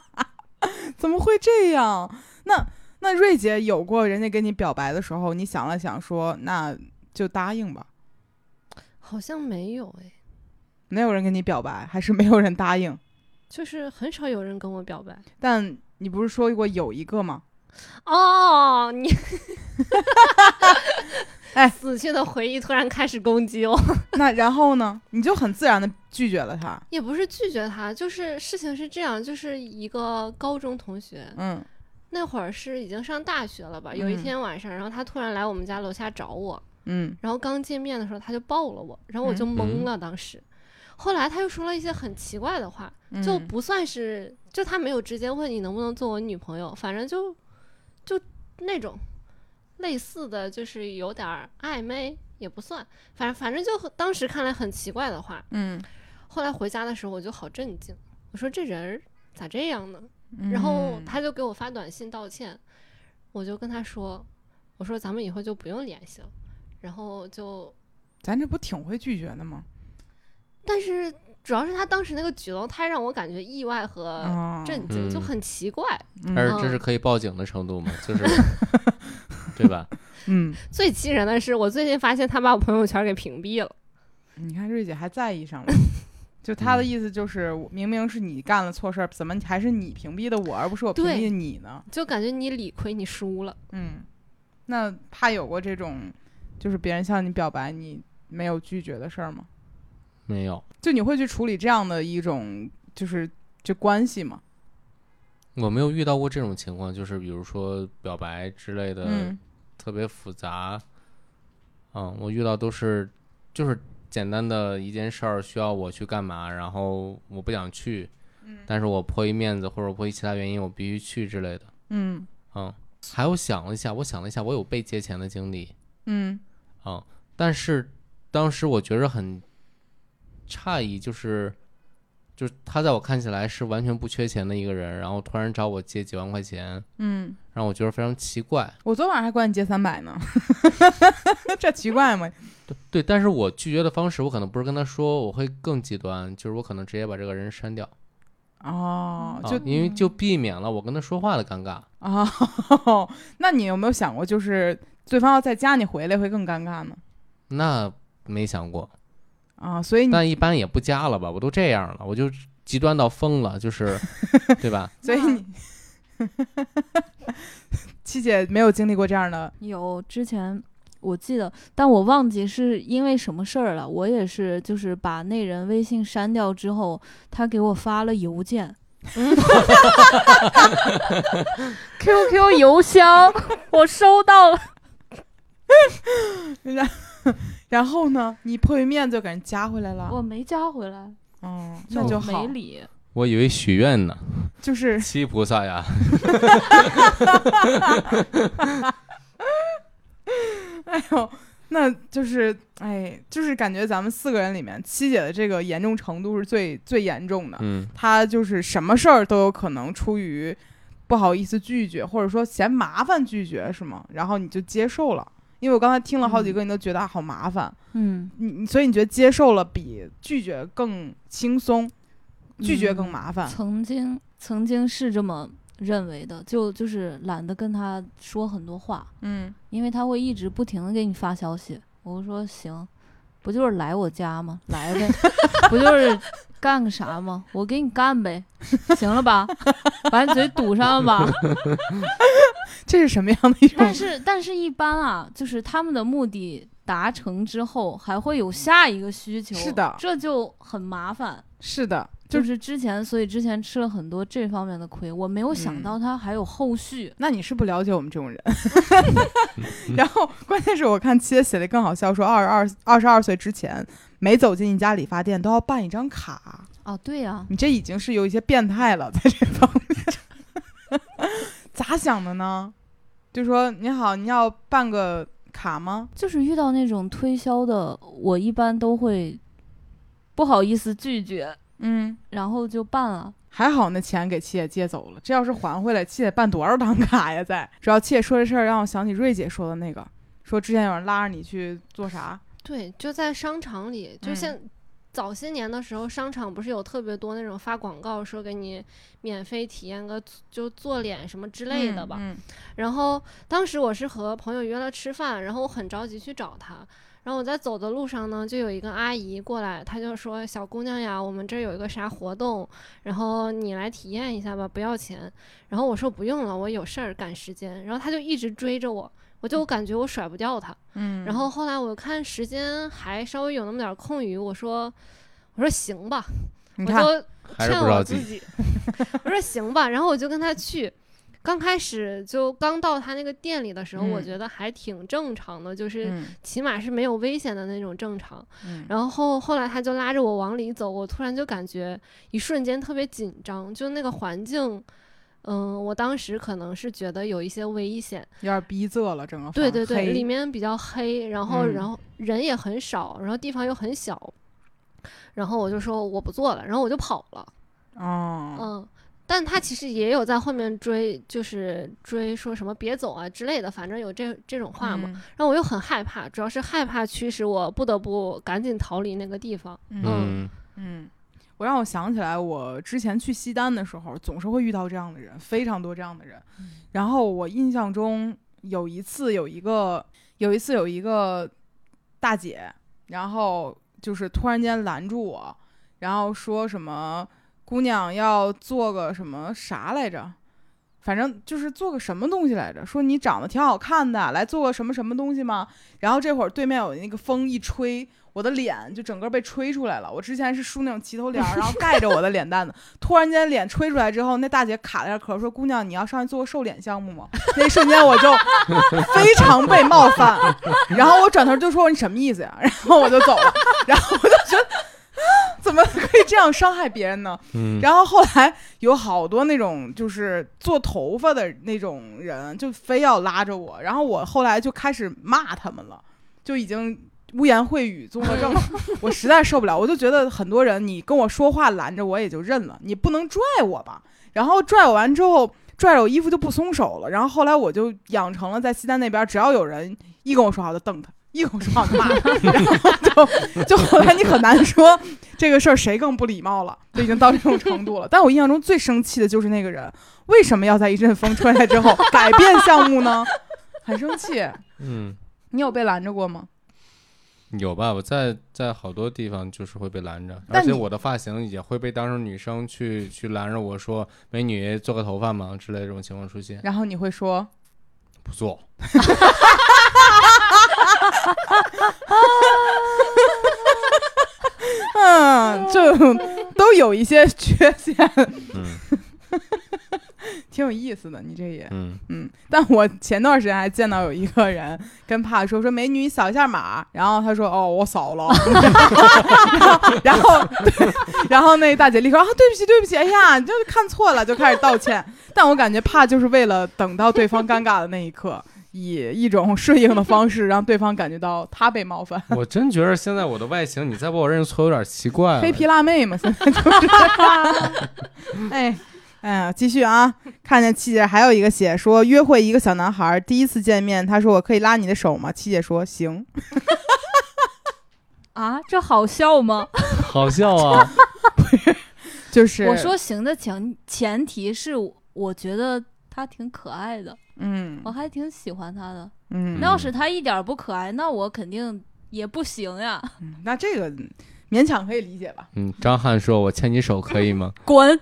Speaker 1: 怎么会这样？那那瑞姐有过人家跟你表白的时候，你想了想说那就答应吧，
Speaker 4: 好像没有哎，
Speaker 1: 没有人跟你表白，还是没有人答应？
Speaker 4: 就是很少有人跟我表白。
Speaker 1: 但你不是说过有一个吗？，
Speaker 4: 哦， 你
Speaker 1: 哎
Speaker 4: 死去的回忆突然开始攻击我，
Speaker 1: 那然后呢？你就很自然的拒绝了他。
Speaker 4: 也不是拒绝他，就是事情是这样，就是一个高中同学，
Speaker 1: 嗯
Speaker 4: 那会儿是已经上大学了吧？有一
Speaker 1: 嗯
Speaker 4: 天晚上，然后他突然来我们家楼下找我，
Speaker 1: 嗯，
Speaker 4: 然后刚见面的时候他就抱了我，然后我就
Speaker 1: 嗯
Speaker 4: 懵了，当时。后来他又说了一些很奇怪的话，就
Speaker 1: 嗯
Speaker 4: 不算是，就他没有直接问你能不能做我女朋友，反正就就那种类似的就是有点儿暧昧也不算，反正反正就很当时看来很奇怪的话。
Speaker 1: 嗯，
Speaker 4: 后来回家的时候我就好震惊，我说这人儿咋这样呢？
Speaker 1: 嗯
Speaker 4: 然后他就给我发短信道歉，我就跟他说，我说咱们以后就不用联系了，然后就，
Speaker 1: 咱这不挺会拒绝的吗？
Speaker 4: 但是主要是他当时那个举动太让我感觉意外和
Speaker 1: 啊，
Speaker 4: 震惊，就
Speaker 2: 嗯
Speaker 4: 很奇怪。
Speaker 2: 但是
Speaker 1: 嗯
Speaker 2: 这是可以报警的程度吗？ 就是，对吧？
Speaker 1: 嗯，
Speaker 4: 最气人的是，我最近发现他把我朋友圈给屏蔽了，
Speaker 1: 你看瑞姐还在意 上了。就他的意思就是，我明明是你干了错事儿，怎么还是你屏蔽的我，而不是我屏
Speaker 4: 对
Speaker 1: 蔽你呢？
Speaker 4: 就感觉你理亏，你输了。
Speaker 1: 嗯，那他有过这种，就是别人向你表白你没有拒绝的事儿吗？
Speaker 2: 没有，
Speaker 1: 就你会去处理这样的一种，就是就关系吗？
Speaker 2: 我没有遇到过这种情况，就是比如说表白之类的，
Speaker 1: 嗯
Speaker 2: 特别复杂。嗯，我遇到都是就是简单的一件事儿需要我去干嘛，然后我不想去，
Speaker 1: 嗯
Speaker 2: 但是我迫于面子或者迫于其他原因，我必须去之类的。
Speaker 1: 嗯
Speaker 2: 嗯，还有想了一下，我想了一下，我有被借钱的经历，
Speaker 1: 嗯
Speaker 2: 嗯，但是当时我觉着很诧异，就是就是他在我看起来是完全不缺钱的一个人，然后突然找我借几万块钱，
Speaker 1: 嗯，
Speaker 2: 让我觉得非常奇怪。
Speaker 1: 我昨晚上还管你借三百呢， 这奇怪吗？
Speaker 2: 对，但是我拒绝的方式，我可能不是跟他说，我会更极端，就是我可能直接把这个人删掉，
Speaker 1: 哦，
Speaker 2: 啊
Speaker 1: 就，
Speaker 2: 因为就避免了我跟他说话的尴尬。
Speaker 1: 哦，那你有没有想过，就是对方要再加你回来会更尴尬呢？
Speaker 2: 那没想过，
Speaker 1: 啊，所以你，
Speaker 2: 但一般也不加了吧，我都这样了，我就极端到疯了，就是，对吧？
Speaker 1: 所以你， 七姐没有经历过这样的，
Speaker 3: 有之前我记得，但我忘记是因为什么事儿了。我也是，就是把那人微信删掉之后，他给我发了邮 件。QQ 邮箱，我收到了。
Speaker 1: 然后呢，你迫于面子就给人加回来了，
Speaker 3: 我没加回来，
Speaker 1: 嗯，那就好
Speaker 3: 没，理。
Speaker 2: 我以为许愿呢，
Speaker 1: 就是
Speaker 2: 七菩萨呀，
Speaker 1: 哎呦，那就是哎，就是感觉咱们四个人里面，七姐的这个严重程度是最最严重的。
Speaker 2: 嗯，
Speaker 1: 她就是什么事儿都有可能出于不好意思拒绝，或者说嫌麻烦拒绝，是吗？然后你就接受了。因为我刚才听了好几个，你都觉得啊好麻烦，
Speaker 3: 嗯，
Speaker 1: 你你所以你觉得接受了比拒绝更轻松，拒绝更
Speaker 3: 嗯
Speaker 1: 麻烦。
Speaker 3: 曾经曾经是这么认为的，就就是懒得跟他说很多话，
Speaker 1: 嗯
Speaker 3: 因为他会一直不停的给你发消息。我说行，不就是来我家吗？来呗， 不就是干个啥吗？我给你干呗，行了吧？把你嘴堵上吧。
Speaker 1: 这是什么样的一 种
Speaker 3: 但？是但是，一般啊，就是他们的目的达成之后，还会有下一个需求，
Speaker 1: 是的
Speaker 3: 这就很麻烦。
Speaker 1: 是的，就
Speaker 3: 就是是之前，所以之前吃了很多这方面的亏，我没有想
Speaker 1: 嗯
Speaker 3: 到他还有后续。
Speaker 1: 那你是不了解我们这种人。 然后关键是我看七姐写的更好笑，说二十二二十二岁之前每走进一家理发店都要办一张卡，
Speaker 3: 哦，对呀、
Speaker 1: 你这已经是有一些变态了，在这方面， 咋想的呢？就说你好，你要办个卡吗？
Speaker 3: 就是遇到那种推销的，我一般都会不好意思拒绝，
Speaker 1: 嗯，
Speaker 3: 然后就办了。
Speaker 1: 还好那钱给七姐借走了，这要是还回来，七姐办多少张卡呀？在主要七姐说这事儿让我想起瑞姐说的那个，说之前有人拉着你去做啥？
Speaker 4: 对，就在商场里，就
Speaker 1: 嗯
Speaker 4: 现、早些年的时候，商场不是有特别多那种发广告说给你免费体验个就做脸什么之类的吧。
Speaker 1: 嗯
Speaker 4: 然后当时我是和朋友约了吃饭，然后我很着急去找他。然后我在走的路上呢，就有一个阿姨过来，她就说：“小姑娘呀，我们这儿有一个啥活动，然后你来体验一下吧，不要钱。”然后我说：“不用了，我有事儿赶时间。”然后她就一直追着我，我就感觉我甩不掉她。
Speaker 1: 嗯
Speaker 4: 然后后来我看时间还稍微有那么点儿空余，我说：“我说行吧，
Speaker 1: 你
Speaker 4: 我
Speaker 1: 看，
Speaker 4: 就
Speaker 2: 还是
Speaker 4: 劝
Speaker 2: 不着
Speaker 4: 我自
Speaker 2: 急，
Speaker 4: 己， 我说行吧，然后我就跟他去。刚开始就刚到他那个店里的时候，我
Speaker 1: 嗯
Speaker 4: 觉得还挺正常的，就是
Speaker 1: 嗯
Speaker 4: 起码是没有危险的那种正常。
Speaker 1: 嗯
Speaker 4: 然后后来他就拉着我往里走，我突然就感觉一瞬间特别紧张，就那个环境，嗯，我当时可能是觉得有一些危险，
Speaker 1: 有点逼仄了，整个
Speaker 4: 对
Speaker 1: 房
Speaker 4: 对对，
Speaker 1: 黑
Speaker 4: 里面比较黑，然后
Speaker 1: 嗯
Speaker 4: 然后人也很少，然后地方又很小，然后我就说我不做了，然后我就跑了。
Speaker 1: 哦，
Speaker 4: 嗯，但他其实也有在后面追，就是追说什么别走啊之类的，反正有这这种话嘛。
Speaker 1: 嗯
Speaker 4: 然后我又很害怕，主要是害怕驱使我不得不赶紧逃离那个地方。
Speaker 2: 嗯，
Speaker 1: 嗯，我让我想起来，我之前去西单的时候，总是会遇到这样的人，非常多这样的人。
Speaker 4: 嗯
Speaker 1: 然后我印象中有一次有一个有一次有一个大姐，然后就是突然间拦住我，然后说什么姑娘要做个什么啥来着。反正就是做个什么东西来着，说你长得挺好看的，来做个什么什么东西吗？然后这会儿对面有那个风一吹，我的脸就整个被吹出来了。我之前是梳那种齐头帘儿，然后盖着我的脸蛋子，突然间脸吹出来之后，那大姐卡了一下壳，说：“姑娘，你要上去做个瘦脸项目吗？”那一瞬间我就 非常被冒犯，然后我转头就说：“你什么意思呀？”然后我就走了，然后我就觉得。啊怎么可以这样伤害别人呢？
Speaker 2: 嗯，
Speaker 1: 然后后来有好多那种就是做头发的那种人，就非要拉着我，然后我后来就开始骂他们了，就已经污言秽语、综合症了，我实在受不了，我就觉得很多人你跟我说话拦着我也就认了，你不能拽我吧？然后拽我完之后。拽着我衣服就不松手了，然后后来我就养成了在西单那边，只要有人一跟我说话我就瞪他，一跟我说话我就骂他，然后就就后来你很难说这个事儿谁更不礼貌了，就已经到这种程度了。但我印象中最生气的就是那个人，为什么要在一阵风吹来之后改变项目呢？很生气。
Speaker 2: 嗯，
Speaker 1: 你有被拦着过吗？
Speaker 2: 有吧？我在在好多地方就是会被拦着，
Speaker 1: 但
Speaker 2: 而且
Speaker 1: 你
Speaker 2: 我的发型也会被当成女生去去拦着我说：“美女，做个头发嘛”之类的这种情况出现，
Speaker 1: 然后你会说，
Speaker 2: 不做。
Speaker 1: 嗯，就都有一些缺陷，
Speaker 2: 嗯
Speaker 1: 挺有意思的。你这也，
Speaker 2: 嗯，
Speaker 1: 嗯。但我前段时间还见到有一个人跟帕说说美女你扫一下码，然后他说哦我扫了， 然后 然后对然后那大姐立刻啊对不起对不起，哎呀就是看错了，就开始道歉。但我感觉怕就是为了等到对方尴尬的那一刻，以一种 顺应的方式让对方感觉到他被冒 犯。
Speaker 2: 我真觉得现在我的外形，你再把我认错有点奇怪
Speaker 3: 嗯
Speaker 2: 了。
Speaker 1: 黑皮辣妹嘛，现在 就是。哎。哎呀，继续啊！看见七姐还有一个写说约会一个小男孩，第一次见面，他说我可以拉你的手吗？七姐说行。
Speaker 3: 啊，这好笑 吗？
Speaker 2: 好笑啊！
Speaker 1: 就是
Speaker 3: 我，说行的前前提是我我觉得他挺可爱的，
Speaker 1: 嗯
Speaker 3: 我还挺喜欢他的。
Speaker 1: 嗯
Speaker 3: 哦那，要是他一点儿不可爱，那我肯定也不行呀，
Speaker 1: 那这个勉强可以理解吧？
Speaker 2: 嗯，张翰说：“我牵你手可以 吗
Speaker 3: 滚！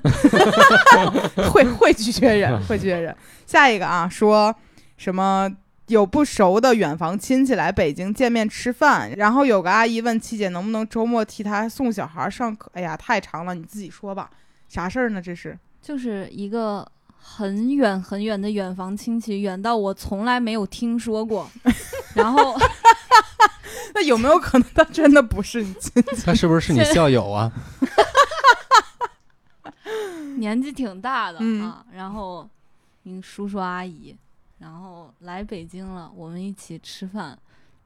Speaker 1: 会会拒绝人，会拒绝人。下一个啊，说什么有不熟的远房亲戚来北京见面吃饭，然后有个阿姨问七姐能不能周末替她送小孩上课。哎呀，太长了，你自己说吧，啥事儿呢？这是
Speaker 3: 就是一个很远很远的远房亲戚，远到我从来没有听说 过。然后
Speaker 1: 那有没有可能她真的不是你亲？？”
Speaker 2: 他是不是是你校友啊？
Speaker 3: 年纪挺大的、
Speaker 1: 嗯
Speaker 3: 啊，然后一个叔叔阿姨，然后来北京了，我们一起吃饭，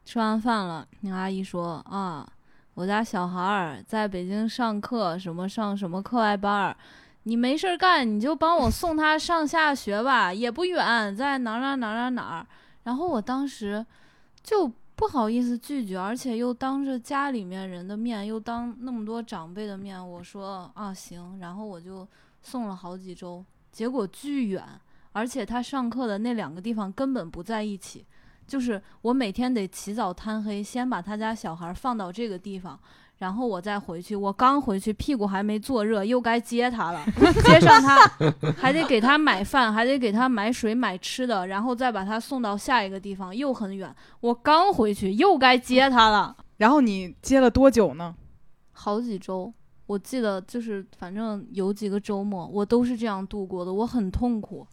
Speaker 3: 吃完饭了，那个阿姨说啊，我家小孩儿在北京上课，什么上什么课外班儿。你没事儿干，你就帮我送他上下学吧，也不远，在哪儿哪儿哪儿哪儿哪儿。然后我当时就不好意思拒绝，而且又当着家里面人的面，又当那么多长辈的面，我说啊行，然后我就送了好几周，结果巨远，而且他上课的那两个地方根本不在一起。就是我每天得起早贪黑，先把他家小孩放到这个地方，然后我再回去。我刚回去，屁股还没坐热，又该接他了。接上他，还得给他买饭，还得给他买水、买吃的，然后再把他送到下一个地方，又很远。我刚回去，又该接他了。
Speaker 1: 然后你接了多久呢？
Speaker 3: 好几周，我记得就是反正有几个周末我都是这样度过的，我很痛苦。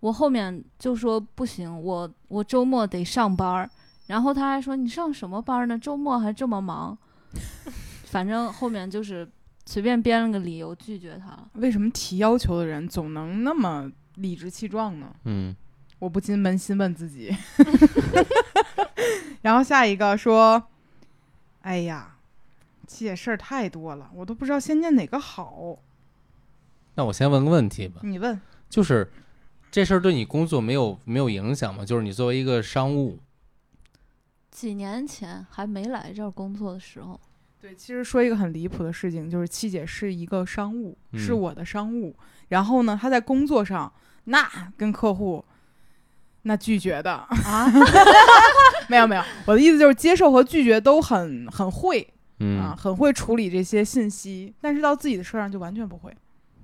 Speaker 3: 我后面就说不行，我我周末得上班儿，然后他还说你上什么班儿呢？周末还这么忙。 反正后面就是随便编了个理由拒绝他了。
Speaker 1: 为什么提要求的人总能那么理直气壮呢？
Speaker 2: 嗯，
Speaker 1: 我不禁扪心问自己。 然后下一个说：“哎呀，七姐事儿太多了，我都不知道先念哪个好。
Speaker 2: 那我先问个问题吧。
Speaker 1: 你问，
Speaker 2: 就是这事儿对你工作没有没有影响吗？就是你作为一个商务，
Speaker 3: 几年前还没来这儿工作的时候，
Speaker 1: 对，其实说一个很离谱的事情，就是七姐是一个商务，
Speaker 2: 嗯
Speaker 1: 是我的商务。然后呢，她在工作上那跟客户那拒绝的啊， 没有没有，我的意思就是接受和拒绝都很很会啊，
Speaker 2: 嗯，
Speaker 1: 很会处理这些信息，但是到自己的事儿上就完全不会。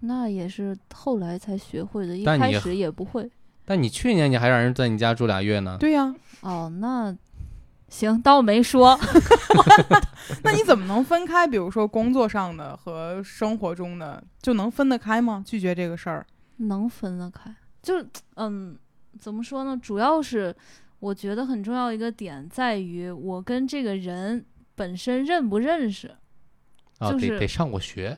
Speaker 3: 那也是后来才学会的，一
Speaker 2: 但你
Speaker 3: 开始也不会。
Speaker 2: 但你去年你还让人在你家住俩月呢，
Speaker 1: 对呀、
Speaker 3: 哦，那行，当我没说。
Speaker 1: 那你怎么能分开？比如说工作上的和生活中的，就能分得开吗？拒绝这个事儿，
Speaker 3: 能分得开，就是嗯，怎么说呢？主要是我觉得很重要一个点在于我跟这个人本身认不认识。
Speaker 2: 啊，
Speaker 3: 就
Speaker 2: 得
Speaker 3: 是
Speaker 2: 得上过学，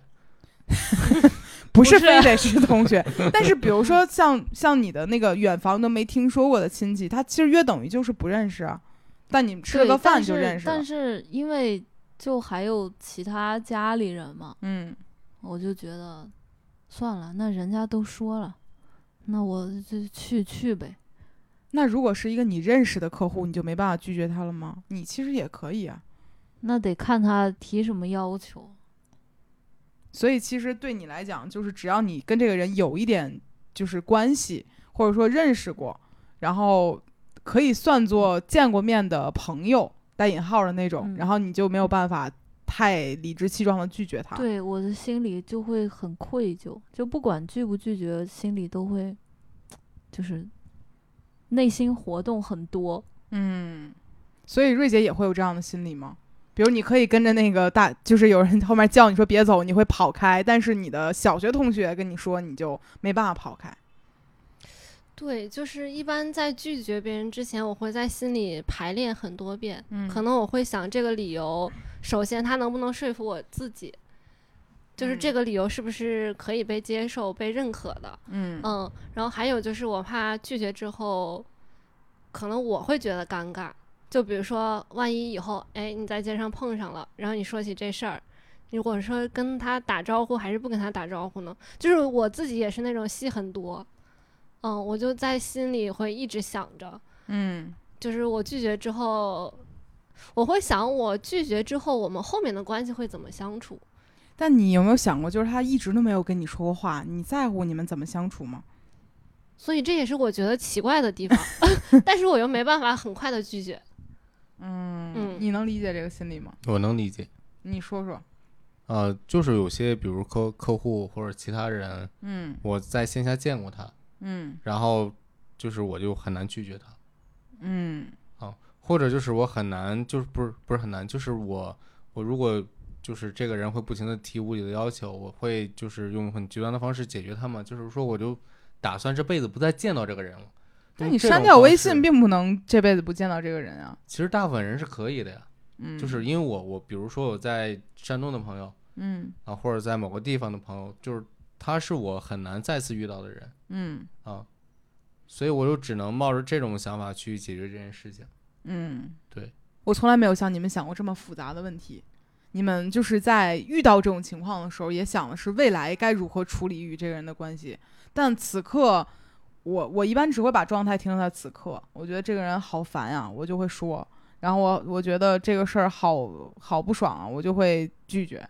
Speaker 1: 不
Speaker 3: 是
Speaker 1: 是 非得是同学，但是比如说像像你的那个远房都没听说过的亲戚，他其实约等于就是不认识啊，但你们吃了
Speaker 3: 对
Speaker 1: 个饭
Speaker 3: 但
Speaker 1: 就是认识了
Speaker 3: 但。是因为就还有其他家里人嘛，
Speaker 1: 嗯，
Speaker 3: 我就觉得算了，那人家都说了，那我就去去呗。
Speaker 1: 那如果是一个你认识的客户，你就没办法拒绝他了吗？你其实也可以啊。
Speaker 3: 那得看他提什么要求。
Speaker 1: 所以其实对你来讲，就是只要你跟这个人有一点就是关系，或者说认识过，然后可以算作见过面的朋友（带引号的那种），
Speaker 3: 嗯
Speaker 1: 然后你就没有办法太理直气壮的拒绝他。
Speaker 3: 对我的心里就会很愧疚，就不管拒不拒绝，心里都会就是内心活动很多。
Speaker 1: 嗯，所以瑞姐也会有这样的心理吗？比如你可以跟着那个大，就是有人后面叫你说别走，你会跑开，但是你的小学同学跟你说，你就没办法跑开。
Speaker 4: 对，就是一般在拒绝别人之前，我会在心里排练很多遍。
Speaker 1: 嗯
Speaker 4: 可能我会想这个理由，首先他能不能说服我自己，就是这
Speaker 1: 嗯
Speaker 4: 个理由是不是可以被接受、被认可的。
Speaker 1: 嗯
Speaker 4: 嗯，然后还有就是我怕拒绝之后，可能我会觉得尴尬。就比如说，万一以后，哎，你在街上碰上了，然后你说起这事儿，如果说跟他打招呼还是不跟他打招呼呢？就是我自己也是那种戏很多，嗯，我就在心里会一直想着，
Speaker 1: 嗯
Speaker 4: 就是我拒绝之后，我会想我拒绝之后，我们后面的关系会怎么相处。
Speaker 1: 但你有没有想过，就是他一直都没有跟你说过话，你在乎你们怎么相处吗？
Speaker 4: 所以这也是我觉得奇怪的地方， 但是我又没办法很快的拒绝。
Speaker 1: 嗯
Speaker 4: 嗯
Speaker 1: 你能理解这个心理吗？
Speaker 2: 我能理解。
Speaker 1: 你说说。
Speaker 2: 呃，就是有些比如客客户或者其他人，
Speaker 1: 嗯
Speaker 2: 我在线下见过他，
Speaker 1: 嗯
Speaker 2: 然后就是我就很难拒绝他，
Speaker 1: 嗯
Speaker 2: 或者就是我很难，就是不是不是很难，就是我我如果就是这个人会不停的提无理的要求，我会就是用很极端的方式解决他嘛，就是说我就打算这辈子不再见到这个人了。
Speaker 1: 但
Speaker 2: 用
Speaker 1: 你
Speaker 2: 这
Speaker 1: 删
Speaker 2: 种
Speaker 1: 掉
Speaker 2: 方
Speaker 1: 微
Speaker 2: 式
Speaker 1: 信，并不能这辈子不见到这个人啊。
Speaker 2: 其实大部分人是可以的呀，
Speaker 1: 嗯，
Speaker 2: 就是因为我我比如说我在山东的朋友
Speaker 1: 嗯
Speaker 2: 啊，或者在某个地方的朋友，就是他是我很难再次遇到的人。
Speaker 1: 嗯
Speaker 2: 啊，所以我就只能冒着这种想法去解决这件事情。
Speaker 1: 嗯，
Speaker 2: 对，
Speaker 1: 我从来没有像你们想过这么复杂的问题。你们就是在遇到这种情况的时候，也想的是未来该如何处理与这个人的关系。但此刻，我我一般只会把状态停留在此刻。我觉得这个人好烦啊，我就会说；然后我我觉得这个事儿好好不爽啊，我就会拒绝。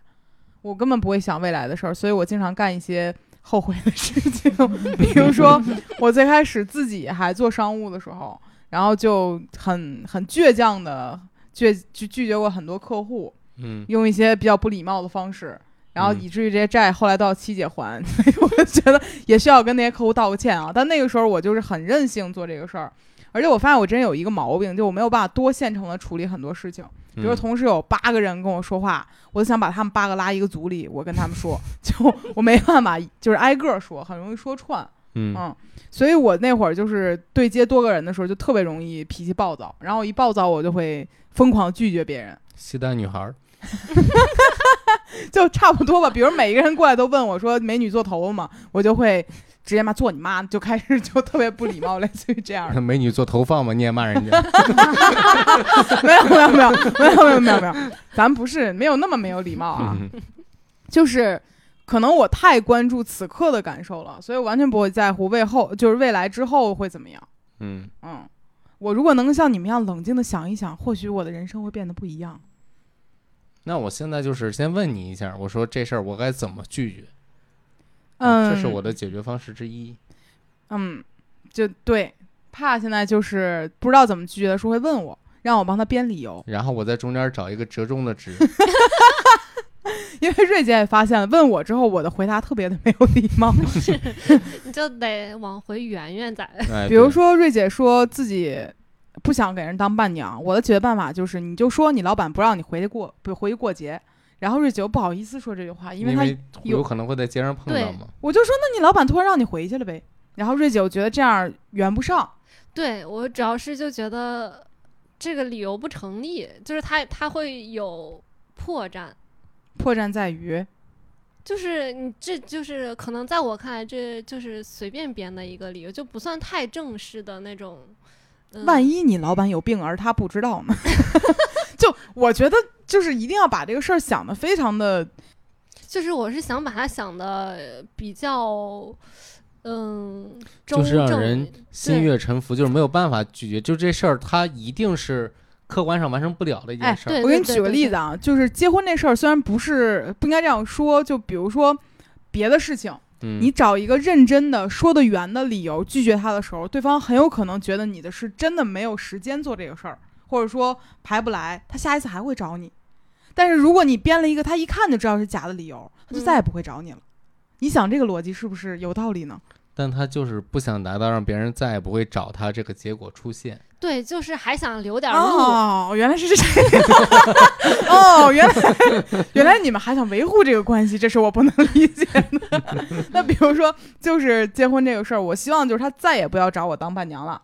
Speaker 1: 我根本不会想未来的事儿，所以我经常干一些后悔的事情。 比如说，我最开始自己还做商务的时候，然后就很很倔强的拒拒拒绝过很多客户，
Speaker 2: 嗯，
Speaker 1: 用一些比较不礼貌的方式，然后
Speaker 2: 嗯
Speaker 1: 以至于这些债后来都要七姐还， 所以我觉得也需要跟那些客户道个歉啊。但那个时候我就是很任性做这个事儿，而且我发现我真有一个毛病，就我没有办法多线程的处理很多事情。比
Speaker 2: 比
Speaker 1: 如说同时有八个人跟我说话，我就想把他们八个拉一个组里，我跟他们说， 就我没办法，就是挨个儿说，很容易说串。
Speaker 2: 嗯
Speaker 1: 嗯，所以我那会儿就是对接多个人的时候，就特别容易脾气暴躁，然后一暴躁我就会疯狂拒绝别人，
Speaker 2: 西单女孩儿，
Speaker 1: 就差不多吧。比如每一个人过来都问我说“美女做头发吗”，我就会直接骂“做你妈”，就开始就特别不礼貌，类似于这样的。
Speaker 2: 美女做头发嘛，你也骂人家。
Speaker 1: 没有没有没有没有没有没有没有，咱不是没有那么没有礼貌啊，
Speaker 2: 嗯
Speaker 1: 就是。可能我太关注此刻的感受了，所以我完全不会在乎未后，就是未来之后会怎么样。
Speaker 2: 嗯，
Speaker 1: 嗯，我如果能像你们一样冷静的想一想，或许我的人生会变得不一样。
Speaker 2: 那我现在就是先问你一下，我说这事儿我该怎么拒绝？
Speaker 1: 嗯，
Speaker 2: 啊这是我的解决方式之一。
Speaker 1: 嗯，就对，怕现在就是不知道怎么拒绝的时候会问我，让我帮他编理由。
Speaker 2: 然后我在中间找一个折中的值。
Speaker 1: 因为瑞姐也发现了，问我之后我的回答特别的没有礼貌。
Speaker 4: 你就得往回圆圆再。
Speaker 2: 哎，
Speaker 1: 比如
Speaker 2: 对，
Speaker 1: 说，瑞姐说自己不想给人当伴娘，我的解决办法就是，你就说你老板不让你回去过，不回去过节。然后瑞姐又不好意思说这句话，因
Speaker 2: 因
Speaker 1: 为她有
Speaker 2: 有可能会在街上碰到嘛。
Speaker 1: 我就说，那你老板突然让你回去了呗。然后瑞姐又觉得这样圆不上，
Speaker 4: 对我主要是就觉得这个理由不成立，就是他他会有破绽。
Speaker 1: 破绽在于，
Speaker 4: 就是你这就是可能在我看来，这就是随便编的一个理由，就不算太正式的那种。嗯、
Speaker 1: 万一你老板有病，而他不知道 呢？就我觉得，就是一定要把这个事儿想的非常的，
Speaker 4: 就是我是想把它想的比较，嗯，
Speaker 2: 就是
Speaker 4: 中
Speaker 2: 让
Speaker 4: 正
Speaker 2: 人心悦诚服，就是没有办法拒绝，就这事儿它一定是客观上完成不了的一
Speaker 1: 哎
Speaker 2: 件事儿。
Speaker 4: 对
Speaker 1: 我给你举个例子啊，就是结婚这事儿，虽然不是不应该这样说，就比如说别的事情，
Speaker 2: 嗯，
Speaker 1: 你找一个认真的、说得圆的理由拒绝他的时候，对方很有可能觉得你的是真的没有时间做这个事儿，或者说排不来，他下一次还会找你。但是如果你编了一个他一看就知道是假的理由，他就
Speaker 4: 嗯
Speaker 1: 再也不会找你了。你想这个逻辑是不是有道理呢？
Speaker 2: 但他就是不想达到让别人再也不会找他这个结果出现。
Speaker 4: 对，就是还想留点路。
Speaker 1: 哦，原来是这样。哦，原来原来你们还想维护这个关系，这是我不能理解的。那比如说，就是结婚这个事儿，我希望就是他再也不要找我当伴娘了。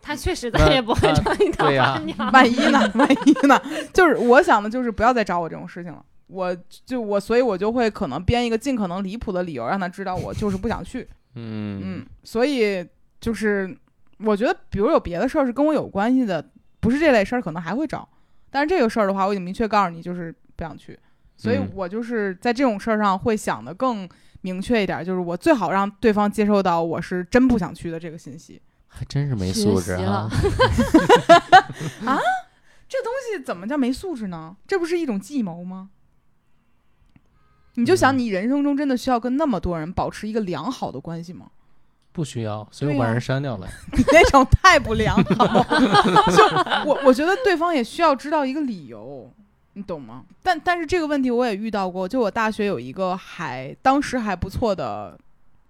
Speaker 4: 他确实
Speaker 2: 那
Speaker 4: 再也不会
Speaker 2: 那
Speaker 4: 找你当
Speaker 2: 对 呀
Speaker 4: 伴娘。
Speaker 1: 万一呢？万一呢？就是我想的就是不要再找我这种事情了。我就我，所以我就会可能编一个尽可能离谱的理由，让他知道我就是不想去。
Speaker 2: 嗯
Speaker 1: 嗯，所以就是我觉得，比如有别的事儿是跟我有关系的，不是这类事儿，可能还会找。但是这个事儿的话，我已经明确告诉你，就是不想去。所以
Speaker 2: 嗯
Speaker 1: 我就是在这种事儿上会想的更明确一点，就是我最好让对方接受到我是真不想去的这个信息。
Speaker 2: 还真是没
Speaker 3: 学
Speaker 2: 素质
Speaker 3: 习
Speaker 2: 啊
Speaker 3: 了！
Speaker 1: 这怎么叫没素质呢？这不是一种计谋吗？你就想，
Speaker 2: 嗯
Speaker 1: 你人生中真的需要跟那么多人保持一个良好的关系吗？
Speaker 2: 不需要，所以
Speaker 1: 对
Speaker 2: 我把
Speaker 1: 呀
Speaker 2: 人删掉了。
Speaker 1: 你那种太不良好了。就我我觉得对方也需要知道一个理由，你懂吗？但但是这个问题我也遇到过，就我大学有一个还当时还不错的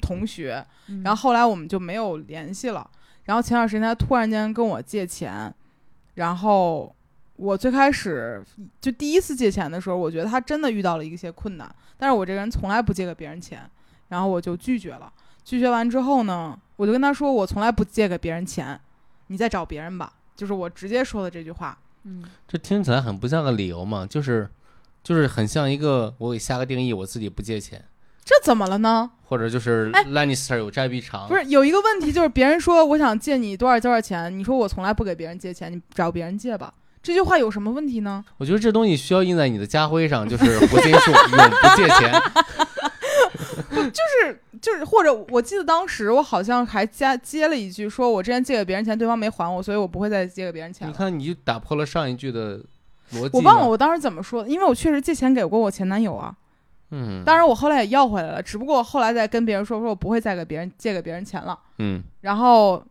Speaker 1: 同学，
Speaker 3: 嗯
Speaker 1: 然后后来我们就没有联系了。然后前段时间他突然间跟我借钱，然后我最开始就第一次借钱的时候，我觉得他真的遇到了一些困难，但是我这个人从来不借给别人钱，然后我就拒绝了。拒绝完之后呢，我就跟他说我从来不借给别人钱，你再找别人吧，就是我直接说的这句话。
Speaker 3: 嗯
Speaker 2: 这听起来很不像个理由嘛，就是就是很像一个我给下个定义，我自己不借钱，
Speaker 1: 这怎么了呢？
Speaker 2: 或者就是
Speaker 1: 哎
Speaker 2: Lannister 有债必偿，
Speaker 1: 不是有一个问题就是别人说我想借你多少多少钱，你说我从来不给别人借钱，你找别人借吧。这句话有什么问题呢？
Speaker 2: 我觉得这东西需要印在你的家徽上，就是胡金树永不借钱。
Speaker 1: 就是就是，或者我记得当时我好像还加接了一句，说我之前借给别人钱，对方没还我，所以我不会再借给别人钱
Speaker 2: 你
Speaker 1: 了。
Speaker 2: 看，你就打破了上一句的逻辑。
Speaker 1: 我忘了，我当时怎么说的，因为我确实借钱给过我前男友啊。
Speaker 2: 嗯，
Speaker 1: 当然我后来也要回来了，只不过我后来再跟别人说，说我不会再给别人借给别人钱了。
Speaker 2: 嗯，
Speaker 1: 然后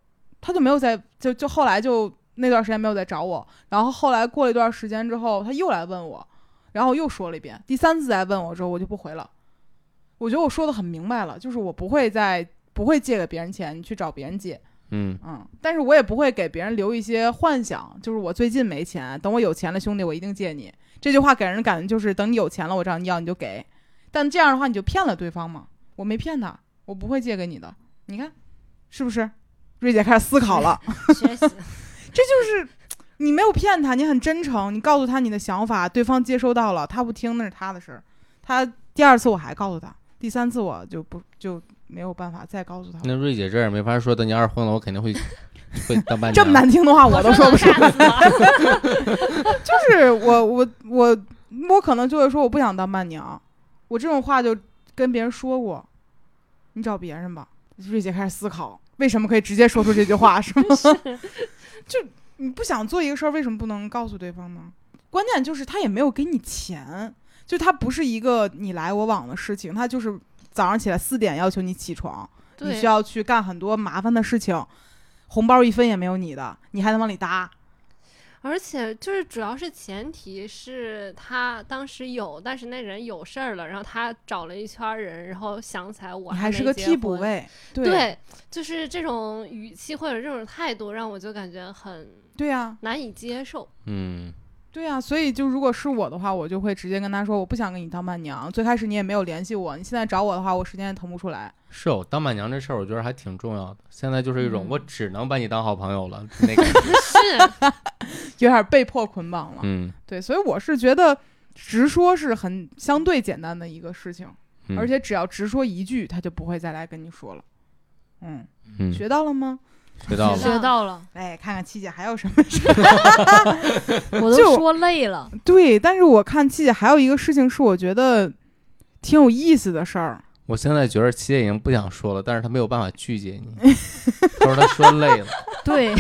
Speaker 1: 他就没有再就就后来就那段时间没有再找我，然后后来过了一段时间之后，他又来问我，然后我又说了一遍，第三次再问我之后，我就不回了。我觉得我说的很明白了，就是我不会再不会借给别人钱，你去找别人借，
Speaker 2: 嗯
Speaker 1: 嗯，但是我也不会给别人留一些幻想，就是我最近没钱，等我有钱了，兄弟，我一定借你。这句话给人的感觉就是等你有钱了，我找你要你就给，但这样的话你就骗了对方嘛。我没骗他，我不会借给你的，你看是不是？瑞姐开始思考了，
Speaker 4: 学习，
Speaker 1: 这就是你没有骗他，你很真诚，你告诉他你的想法，对方接收到了，他不听那是他的事儿。他第二次我还告诉他，第三次我就不就没有办法再告诉他了。
Speaker 2: 那瑞姐这儿也没法说，等你二婚了，我肯 定会会当伴娘。
Speaker 1: 这么难听的话我都说不出
Speaker 4: 能干死了
Speaker 1: 就是我我我我可能就会说我不想当伴娘，我这种话就跟别人说过，你找别人吧。瑞姐开始思考，为什么可以直接说出这句话是吗？ 就你不想做一个事儿，为什么不能告诉对方呢？关键就是他也没有给你钱，就他不是一个你来我往的事情，他就是早上起来四点要求你起床，你需
Speaker 4: 对，
Speaker 1: 要去干很多麻烦的事情，红包一分也没有你的，你还能往里搭，
Speaker 4: 而且就是主要是前提是他当时有，但是那人有事儿了，然后他找了一圈儿人，然后想起来我
Speaker 1: 你还
Speaker 4: 没
Speaker 1: 是个
Speaker 4: 结
Speaker 1: 替补
Speaker 4: 婚。
Speaker 1: 位，对
Speaker 4: 对，就是这种语气或者这种态度，让我就感觉很
Speaker 1: 对呀、
Speaker 4: 难以接受。
Speaker 2: 嗯，
Speaker 1: 对呀、所以就如果是我的话，我就会直接跟他说，我不想跟你当伴娘。最开始你也没有联系我，你现在找我的话，我时间也腾不出来。
Speaker 2: 是哦，当伴娘这事儿我觉得还挺重要的。现在就是一种
Speaker 1: 嗯
Speaker 2: 我只能把你当好朋友了，那个，
Speaker 4: 是，
Speaker 1: 有点被迫捆绑了。
Speaker 2: 嗯
Speaker 1: 对，所以我是觉得直说是很相对简单的一个事情。
Speaker 5: 嗯
Speaker 1: 而且只要直说一句，他就不会再来跟你说了。嗯，
Speaker 5: 嗯，
Speaker 1: 学到了吗？
Speaker 5: 学到
Speaker 3: 学
Speaker 5: 了，
Speaker 3: 到 了，
Speaker 1: 哎，看看七姐还有什么事？
Speaker 3: 我
Speaker 1: 就
Speaker 3: 都说累了。
Speaker 1: 对，但是我看七姐还有一个事情是我觉得挺有意思的事儿。
Speaker 2: 我现在觉得七姐已经不想说了，但是她没有办法拒绝你。 她说她说累了，
Speaker 3: 对，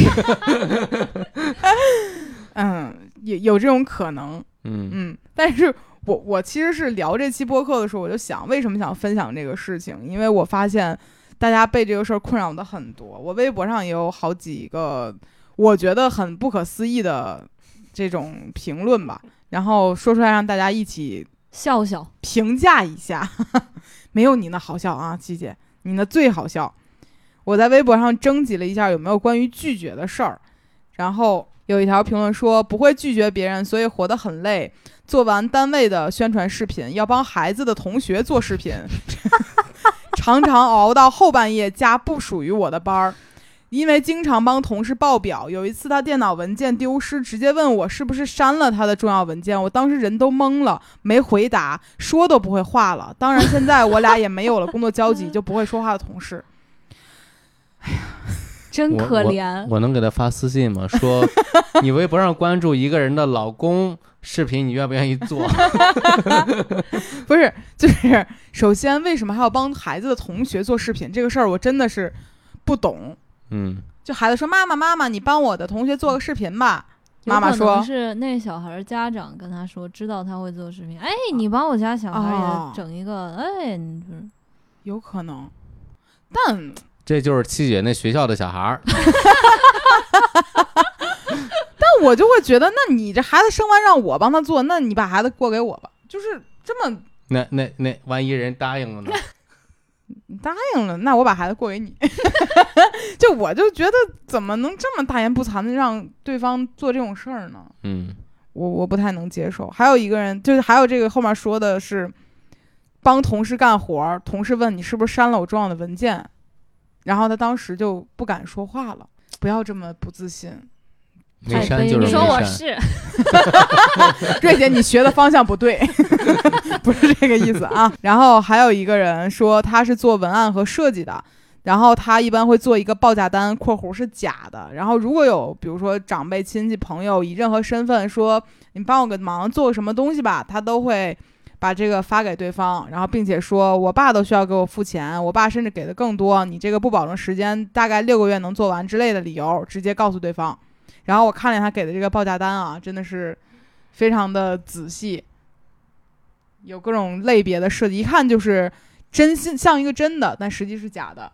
Speaker 1: 嗯，有有这种可能。
Speaker 5: 嗯
Speaker 1: 嗯，但是我我其实是聊这期播客的时候，我就想为什么想分享这个事情，因为我发现大家被这个事儿困扰的很多。我微博上也有好几个我觉得很不可思议的这种评论吧，然后说出来让大家一起
Speaker 3: 笑笑，
Speaker 1: 评价一下， 没有您的好笑啊，七姐，您的最好笑。我在微博上征集了一下有没有关于拒绝的事儿，然后有一条评论说不会拒绝别人，所以活得很累。做完单位的宣传视频，要帮孩子的同学做视频， 常常熬到后半夜加不属于我的班儿。因为经常帮同事报表，有一次他电脑文件丢失，直接问我是不是删了他的重要文件，我当时人都懵了，没回答，说都不会话了。当然，现在我俩也没有了工作交集，就不会说话的同事。
Speaker 3: 真
Speaker 2: 我
Speaker 3: 可怜。
Speaker 2: 我能给她发私信吗？说你微博上关注一个人的老公视频，你愿不愿意做？
Speaker 1: 不是，就是首先，为什么还要帮孩子的同学做视频这个事儿，我真的是不懂。
Speaker 5: 嗯
Speaker 1: 就孩子说：“妈妈，妈妈，你帮我的同学做个视频吧。”妈妈
Speaker 3: 有可
Speaker 1: 说
Speaker 3: 能是那小孩儿家长跟他说，知道他会做视频，哎，你帮我家小孩儿
Speaker 1: 哦
Speaker 3: 也整一个，哎，你就是
Speaker 1: 有可能，但
Speaker 2: 这就是七姐那学校的小孩儿，
Speaker 1: 但我就会觉得，那你这孩子生完让我帮他做，那你把孩子过给我吧。就是这么
Speaker 2: 那那那万一人答应了呢？
Speaker 1: 答应了，那我把孩子过给你。 就我就觉得，怎么能这么大言不惭的让对方做这种事儿呢？
Speaker 5: 嗯
Speaker 1: 我我不太能接受。还有一个人，就是还有这个后面说的是，帮同事干活儿，同事问你是不是删了我重要的文件，然后他当时就不敢说话了。不要这么不自信，哎
Speaker 2: 没删就是
Speaker 3: 你
Speaker 2: 没
Speaker 4: 你
Speaker 3: 说
Speaker 4: 说我
Speaker 2: 删。
Speaker 4: 是，
Speaker 1: 瑞姐，你学的方向不对， 不是这个意思啊。然后还有一个人说他是做文案和设计的，然后他一般会做一个报价单（括弧是假的），然后如果有比如说长辈、亲戚、朋友以任何身份说你帮我个忙做个什么东西吧，他都会。把这个发给对方，然后并且说，我爸都需要给我付钱，我爸甚至给的更多，你这个不保证时间，大概六个月能做完之类的理由，直接告诉对方。然后我看了他给的这个报价单啊，真的是非常的仔细，有各种类别的设计，一看就是真心像一个真的，但实际是假的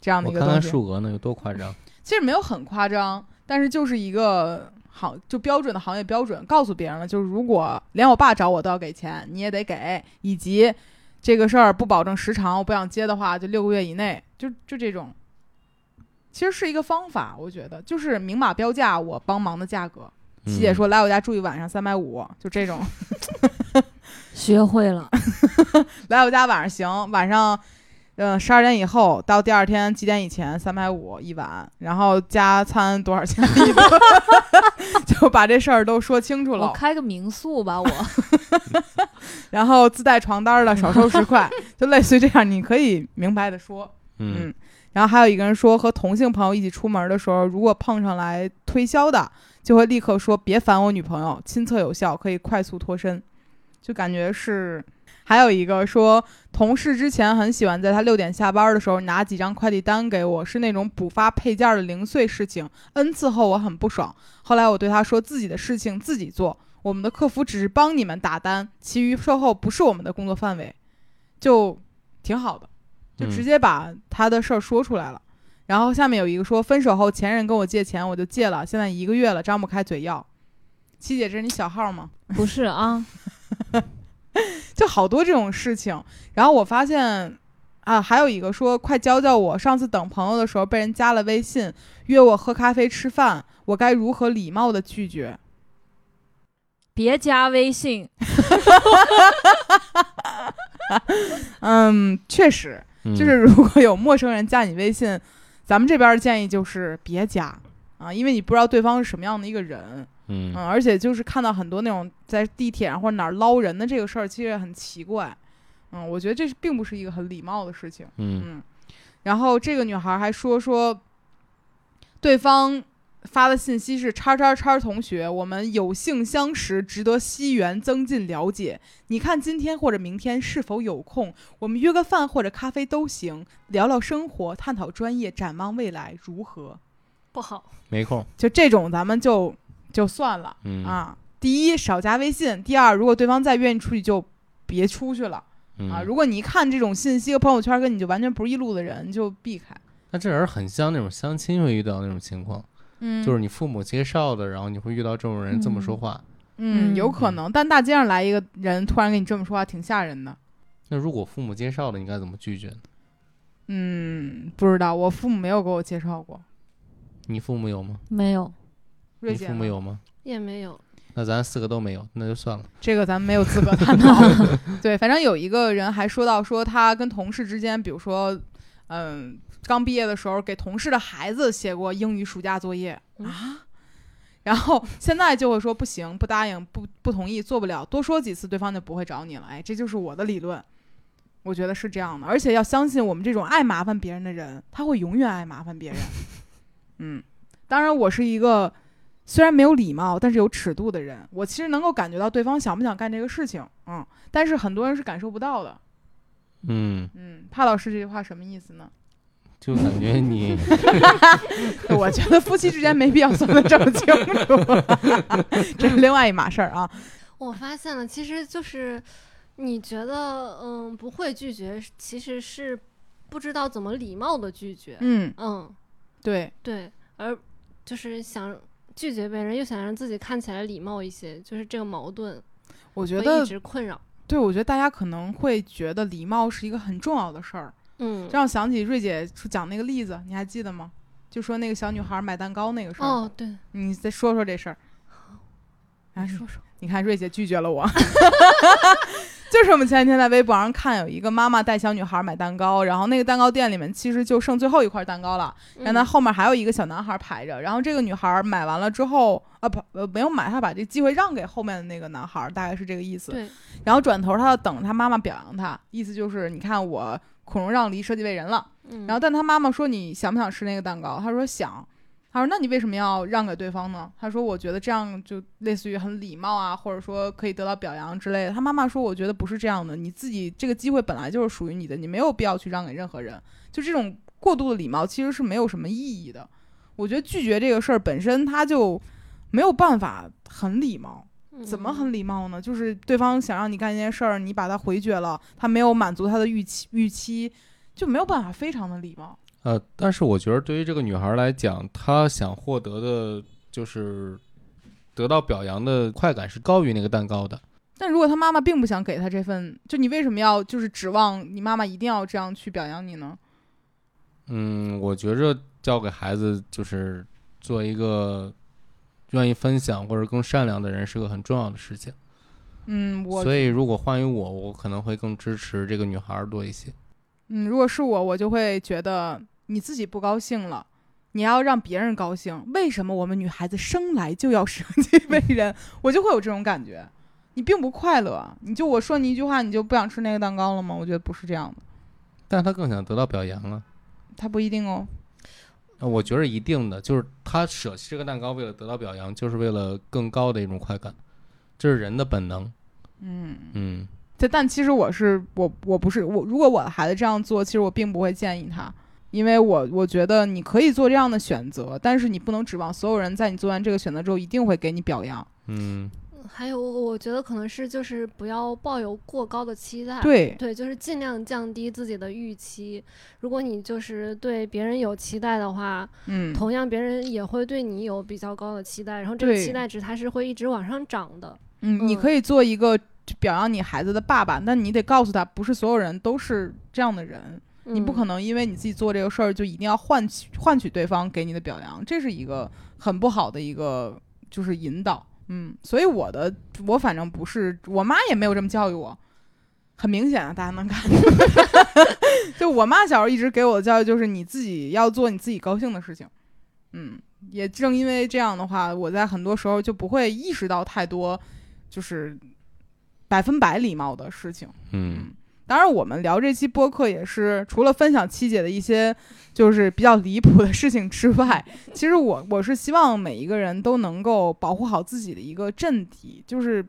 Speaker 1: 这样的
Speaker 2: 我
Speaker 1: 一个
Speaker 2: 看
Speaker 1: 东
Speaker 2: 看
Speaker 1: 西。
Speaker 2: 数额呢有多夸张，
Speaker 1: 其实没有很夸张，但是就是一个行就标准的行业标准，告诉别人了，就是如果连我爸找我都要给钱，你也得给，以及这个事儿不保证时长，我不想接的话，就六个月以内，就 就这种。其实是一个方法，我觉得就是明码标价我帮忙的价格。七姐
Speaker 5: 嗯
Speaker 1: 说来我家住一晚上三百五，就这种
Speaker 3: 学会了，
Speaker 1: 来我家晚上行，晚上嗯十二点以后到第二天几点以前三百五一晚，然后加餐多少钱 一顿，就把这事儿都说清楚
Speaker 3: 我
Speaker 1: 了。
Speaker 3: 开个民宿吧，我
Speaker 1: 然后自带床单的少收十块，就类似于这样，你可以明白的说，
Speaker 5: 嗯
Speaker 1: 嗯。然后还有一个人说，和同性朋友一起出门的时候，如果碰上来推销的，就会立刻说别烦我女朋友，亲测有效，可以快速脱身，就感觉是。还有一个说，同事之前很喜欢在他六点下班的时候拿几张快递单给我，是那种补发配件的零碎事情，n 次后我很不爽。后来我对他说，自己的事情自己做，我们的客服只是帮你们打单，其余售后不是我们的工作范围，就挺好的。就直接把他的事儿说出来了。然后下面有一个说，分手后前任跟我借钱，我就借了，现在一个月了，张不开嘴要。七姐，这是你小号吗？
Speaker 3: 不是啊，
Speaker 1: 就好多这种事情。然后我发现啊，还有一个说，快教教我，上次等朋友的时候被人加了微信，约我喝咖啡吃饭，我该如何礼貌的拒绝？
Speaker 3: 别加微信，
Speaker 1: 嗯，确实，
Speaker 5: 嗯，
Speaker 1: 就是如果有陌生人加你微信，咱们这边儿的建议就是别加啊，因为你不知道对方是什么样的一个人。
Speaker 5: 嗯
Speaker 1: 嗯，啊而且就是看到很多那种在地铁上或者哪儿捞人的这个事儿，其实也很奇怪。嗯，我觉得这是并不是一个很礼貌的事情。
Speaker 2: 嗯
Speaker 1: 嗯，然后这个女孩还说说，对方发的信息是“叉叉叉同学，我们有幸相识，值得惜缘，增进了解。你看今天或者明天是否有空，我们约个饭或者咖啡都行，聊聊生活，探讨专业，展望未来如何？
Speaker 4: 不好，
Speaker 2: 没空，
Speaker 1: 就这种咱们就就算了、
Speaker 2: 嗯
Speaker 1: 啊。第一，少加微信；第二，如果对方再愿意出去，就别出去了。啊，
Speaker 2: 嗯
Speaker 1: 如果你一看这种信息和朋友圈，跟你就完全不是一路的人，你就避开。
Speaker 2: 那这人很像那种相亲会遇到那种情况，
Speaker 1: 嗯
Speaker 2: 就是你父母介绍的，然后你会遇到这种人这么说
Speaker 3: 嗯
Speaker 2: 话。
Speaker 1: 嗯，
Speaker 3: 嗯
Speaker 1: 有可能。但大街上来一个人，突然跟你这么说话，挺吓人的。
Speaker 2: 那如果父母介绍的，你该怎么拒绝呢？
Speaker 1: 嗯，不知道，我父母没有给我介绍过。
Speaker 2: 你父母有吗？
Speaker 3: 没有，
Speaker 1: 瑞
Speaker 2: 你
Speaker 1: 姐
Speaker 2: 父
Speaker 1: 呢，
Speaker 2: 母有吗？
Speaker 4: 也没有。
Speaker 2: 那咱四个都没有，那就算了。
Speaker 1: 这个咱们没有资 格探讨。 对，反正有一个人还说到说他跟同事之间，比如说，嗯，刚毕业的时候给同事的孩子写过英语暑假作业、
Speaker 4: 嗯
Speaker 1: 啊，然后现在就会说不行，不答应，不不同意，做不了，多说几次对方就不会找你了。哎，这就是我的理论。我觉得是这样的，而且要相信我们这种爱麻烦别人的人，他会永远爱麻烦别人。嗯，当然，我是一个虽然没有礼貌，但是有尺度的人。我其实能够感觉到对方想不想干这个事情，嗯，但是很多人是感受不到的。
Speaker 2: 嗯，
Speaker 1: 嗯，帕老师这句话什么意思呢？
Speaker 2: 就感觉你
Speaker 1: 我觉得夫妻之间没必要算得这么清楚， 这是另外一码事儿啊。
Speaker 4: 我发现了，其实就是你觉得嗯不会拒绝，其实是不知道怎么礼貌的拒绝。
Speaker 1: 嗯，
Speaker 4: 嗯，
Speaker 1: 对，
Speaker 4: 对，而就是想拒绝别人，又想让自己看起来礼貌一些，就是这个矛盾
Speaker 1: 我觉
Speaker 4: 会一
Speaker 1: 得，
Speaker 4: 直困扰。
Speaker 1: 对我觉得大家可能会觉得礼貌是一个很重要的事儿，
Speaker 4: 嗯，
Speaker 1: 让我想起瑞姐说讲那个例子，你还记得吗？就说那个小女孩买蛋糕那个事儿，
Speaker 4: 哦，对，
Speaker 1: 你再说说这事儿。啊，
Speaker 4: 你说说，
Speaker 1: 你看瑞姐拒绝了我， 就是我们前几天在微博上看有一个妈妈带小女孩买蛋糕，然后那个蛋糕店里面其实就剩最后一块蛋糕了，然后她
Speaker 4: 嗯
Speaker 1: 后面还有一个小男孩排着，然后这个女孩买完了之后啊不呃没有买，她把这机会让给后面的那个男孩，大概是这个意思。
Speaker 4: 嗯对，
Speaker 1: 然后转头她要等着她妈妈表扬她，意思就是你看我孔融让梨设计为人了。
Speaker 4: 嗯，
Speaker 1: 然后但他妈妈说你想不想吃那个蛋糕？他说想。他说那你为什么要让给对方呢？他说我觉得这样就类似于很礼貌啊，或者说可以得到表扬之类的。他妈妈说我觉得不是这样的，你自己这个机会本来就是属于你的，你没有必要去让给任何人。就这种过度的礼貌其实是没有什么意义的。我觉得拒绝这个事儿本身它就没有办法很礼貌。
Speaker 4: 嗯
Speaker 1: 怎么很
Speaker 4: 礼？
Speaker 1: 礼貌呢？就是对方想让你干一件事儿，你把他回绝了，他没有满足他的预期，预期就没有办法非常的礼貌。
Speaker 2: 呃，但是我觉得对于这个女孩来讲，她想获得的就是得到表扬的快感是高于那个蛋糕的。
Speaker 1: 但如果他妈妈并不想给他这份，就你为什么要就是指望你妈妈一定要这样去表扬你呢？
Speaker 2: 嗯，我觉着教给孩子就是做一个愿意分享或者更善良的人是个很重要的事情。
Speaker 1: 嗯，我
Speaker 2: 所以如果换于我，我可能会更支持这个女孩儿多一些。
Speaker 1: 嗯，如果是我，我就会觉得你自己不高兴了，你要让别人高兴。为什么我们女孩子生来就要舍己 为人？我就会有这种感觉。你并不快乐，啊你就我说你一句话，你就不想吃那个蛋糕了吗？我觉得不是这样的，
Speaker 2: 但她更想得到表扬了。
Speaker 1: 他不一定哦。
Speaker 2: 呃我觉着一定的，就是她舍弃这个蛋糕，为了得到表扬，就是为了更高的一种快感，这是人的本能。
Speaker 1: 嗯。
Speaker 2: 嗯，
Speaker 1: 对，但其实我是我我不是我，如果我的孩子这样做，其实我并不会建议他，因为我我觉得你可以做这样的选择，但是你不能指望所有人在你做完这个选择之后一定会给你表扬。
Speaker 2: 嗯，
Speaker 4: 还有，我觉得可能是就是不要抱有过高的期待。
Speaker 1: 对，
Speaker 4: 对，就是尽量降低自己的预期。如果你就是对别人有期待的话，
Speaker 1: 嗯，
Speaker 4: 同样别人也会对你有比较高的期待，然后这个
Speaker 1: 对
Speaker 4: 期待值它是会一直往上涨的。
Speaker 1: 嗯，你
Speaker 4: 嗯
Speaker 1: 可以做一个表扬你孩子的爸爸，但你得告诉他，不是所有人都是这样的人，你不
Speaker 4: 嗯
Speaker 1: 可能因为你自己做这个事儿就一定要换取换取对方给你的表扬，这是一个很不好的一个就是引导。嗯，所以我的我反正不是，我妈也没有这么教育我，很明显啊，大家能看见。 就我妈小时候一直给我的教育就是你自己要做你自己高兴的事情。嗯，也正因为这样的话，我在很多时候就不会意识到太多就是百分百礼貌的事情。
Speaker 2: 嗯，
Speaker 1: 当然，我们聊这期播客也是除了分享七姐的一些就是比较离谱的事情之外，其实我我是希望每一个人都能够保护好自己的一个阵地，就是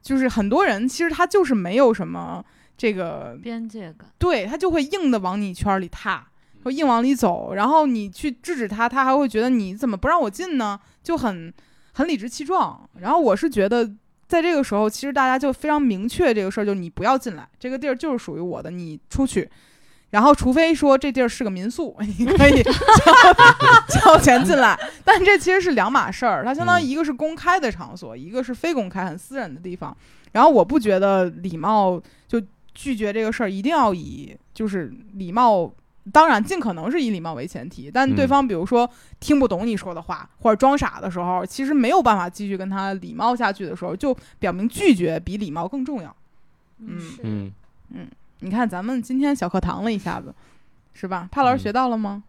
Speaker 1: 就是很多人其实他就是没有什么这个
Speaker 3: 边界感，
Speaker 1: 对他就会硬的往你圈儿里踏，会硬往里走，然后你去制止他，他还会觉得你怎么不让我进呢？就很很理直气壮。然后我是觉得，在这个时候，其实大家就非常明确这个事儿，就是你不要进来，这个地儿就是属于我的，你出去。然后，除非说这地儿是个民宿， 你可以交交钱进来，但这其实是两码事儿。它相当于一个是公开的场所，一个是非公开、很私人的地方。然后，我不觉得礼貌就拒绝这个事儿一定要以就是礼貌，当然尽可能是以礼貌为前提。但对
Speaker 2: 嗯
Speaker 1: 方比如说听不懂你说的话，或者装傻的时候，其实没有办法继续跟他礼貌下去的时候，就表明拒绝比礼貌更重要。嗯
Speaker 4: 是
Speaker 2: 嗯，
Speaker 1: 你看，咱们今天小课堂了一下子，是吧？帕老师
Speaker 2: 嗯
Speaker 1: 学到了吗？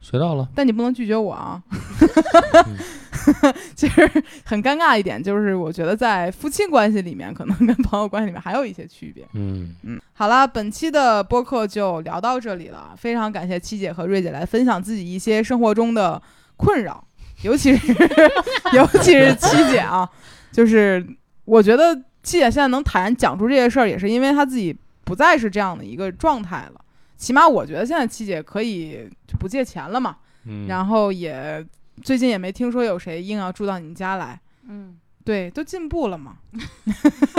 Speaker 2: 学到了。
Speaker 1: 但你不能拒绝我啊。
Speaker 2: 嗯
Speaker 1: 其实很尴尬一点，就是我觉得在夫妻关系里面，可能跟朋友关系里面还有一些区别。
Speaker 2: 嗯，
Speaker 1: 嗯，好了，本期的播客就聊到这里了。非常感谢七姐和瑞姐来分享自己一些生活中的困扰，尤其是 尤其是七姐啊，就是我觉得七姐现在能坦然讲出这些事儿，也是因为她自己不再是这样的一个状态了。起码我觉得现在七姐可以就不借钱了嘛，
Speaker 2: 嗯
Speaker 1: 然后也最近也没听说有谁硬要住到你家来，
Speaker 3: 嗯，
Speaker 1: 对，都进步了嘛。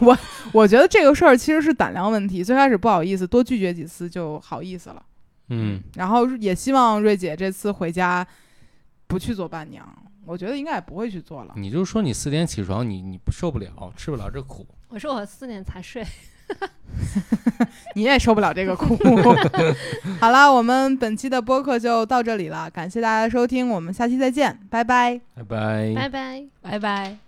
Speaker 1: 我我觉得这个事儿其实是胆量问题，最开始不好意思，多拒绝几次就好意思了。
Speaker 2: 嗯，
Speaker 1: 然后也希望瑞姐这次回家不去做伴娘，我觉得应该也不会去做了。
Speaker 2: 你就说你四点起床，你你不受不了，吃不了这苦。
Speaker 4: 我说我四点才睡，
Speaker 1: 你也受不了这个苦。好了，我们本期的播客就到这里了，感谢大家的收听，我们下期再见，拜拜。
Speaker 2: 拜拜
Speaker 4: 拜拜。
Speaker 3: 拜拜。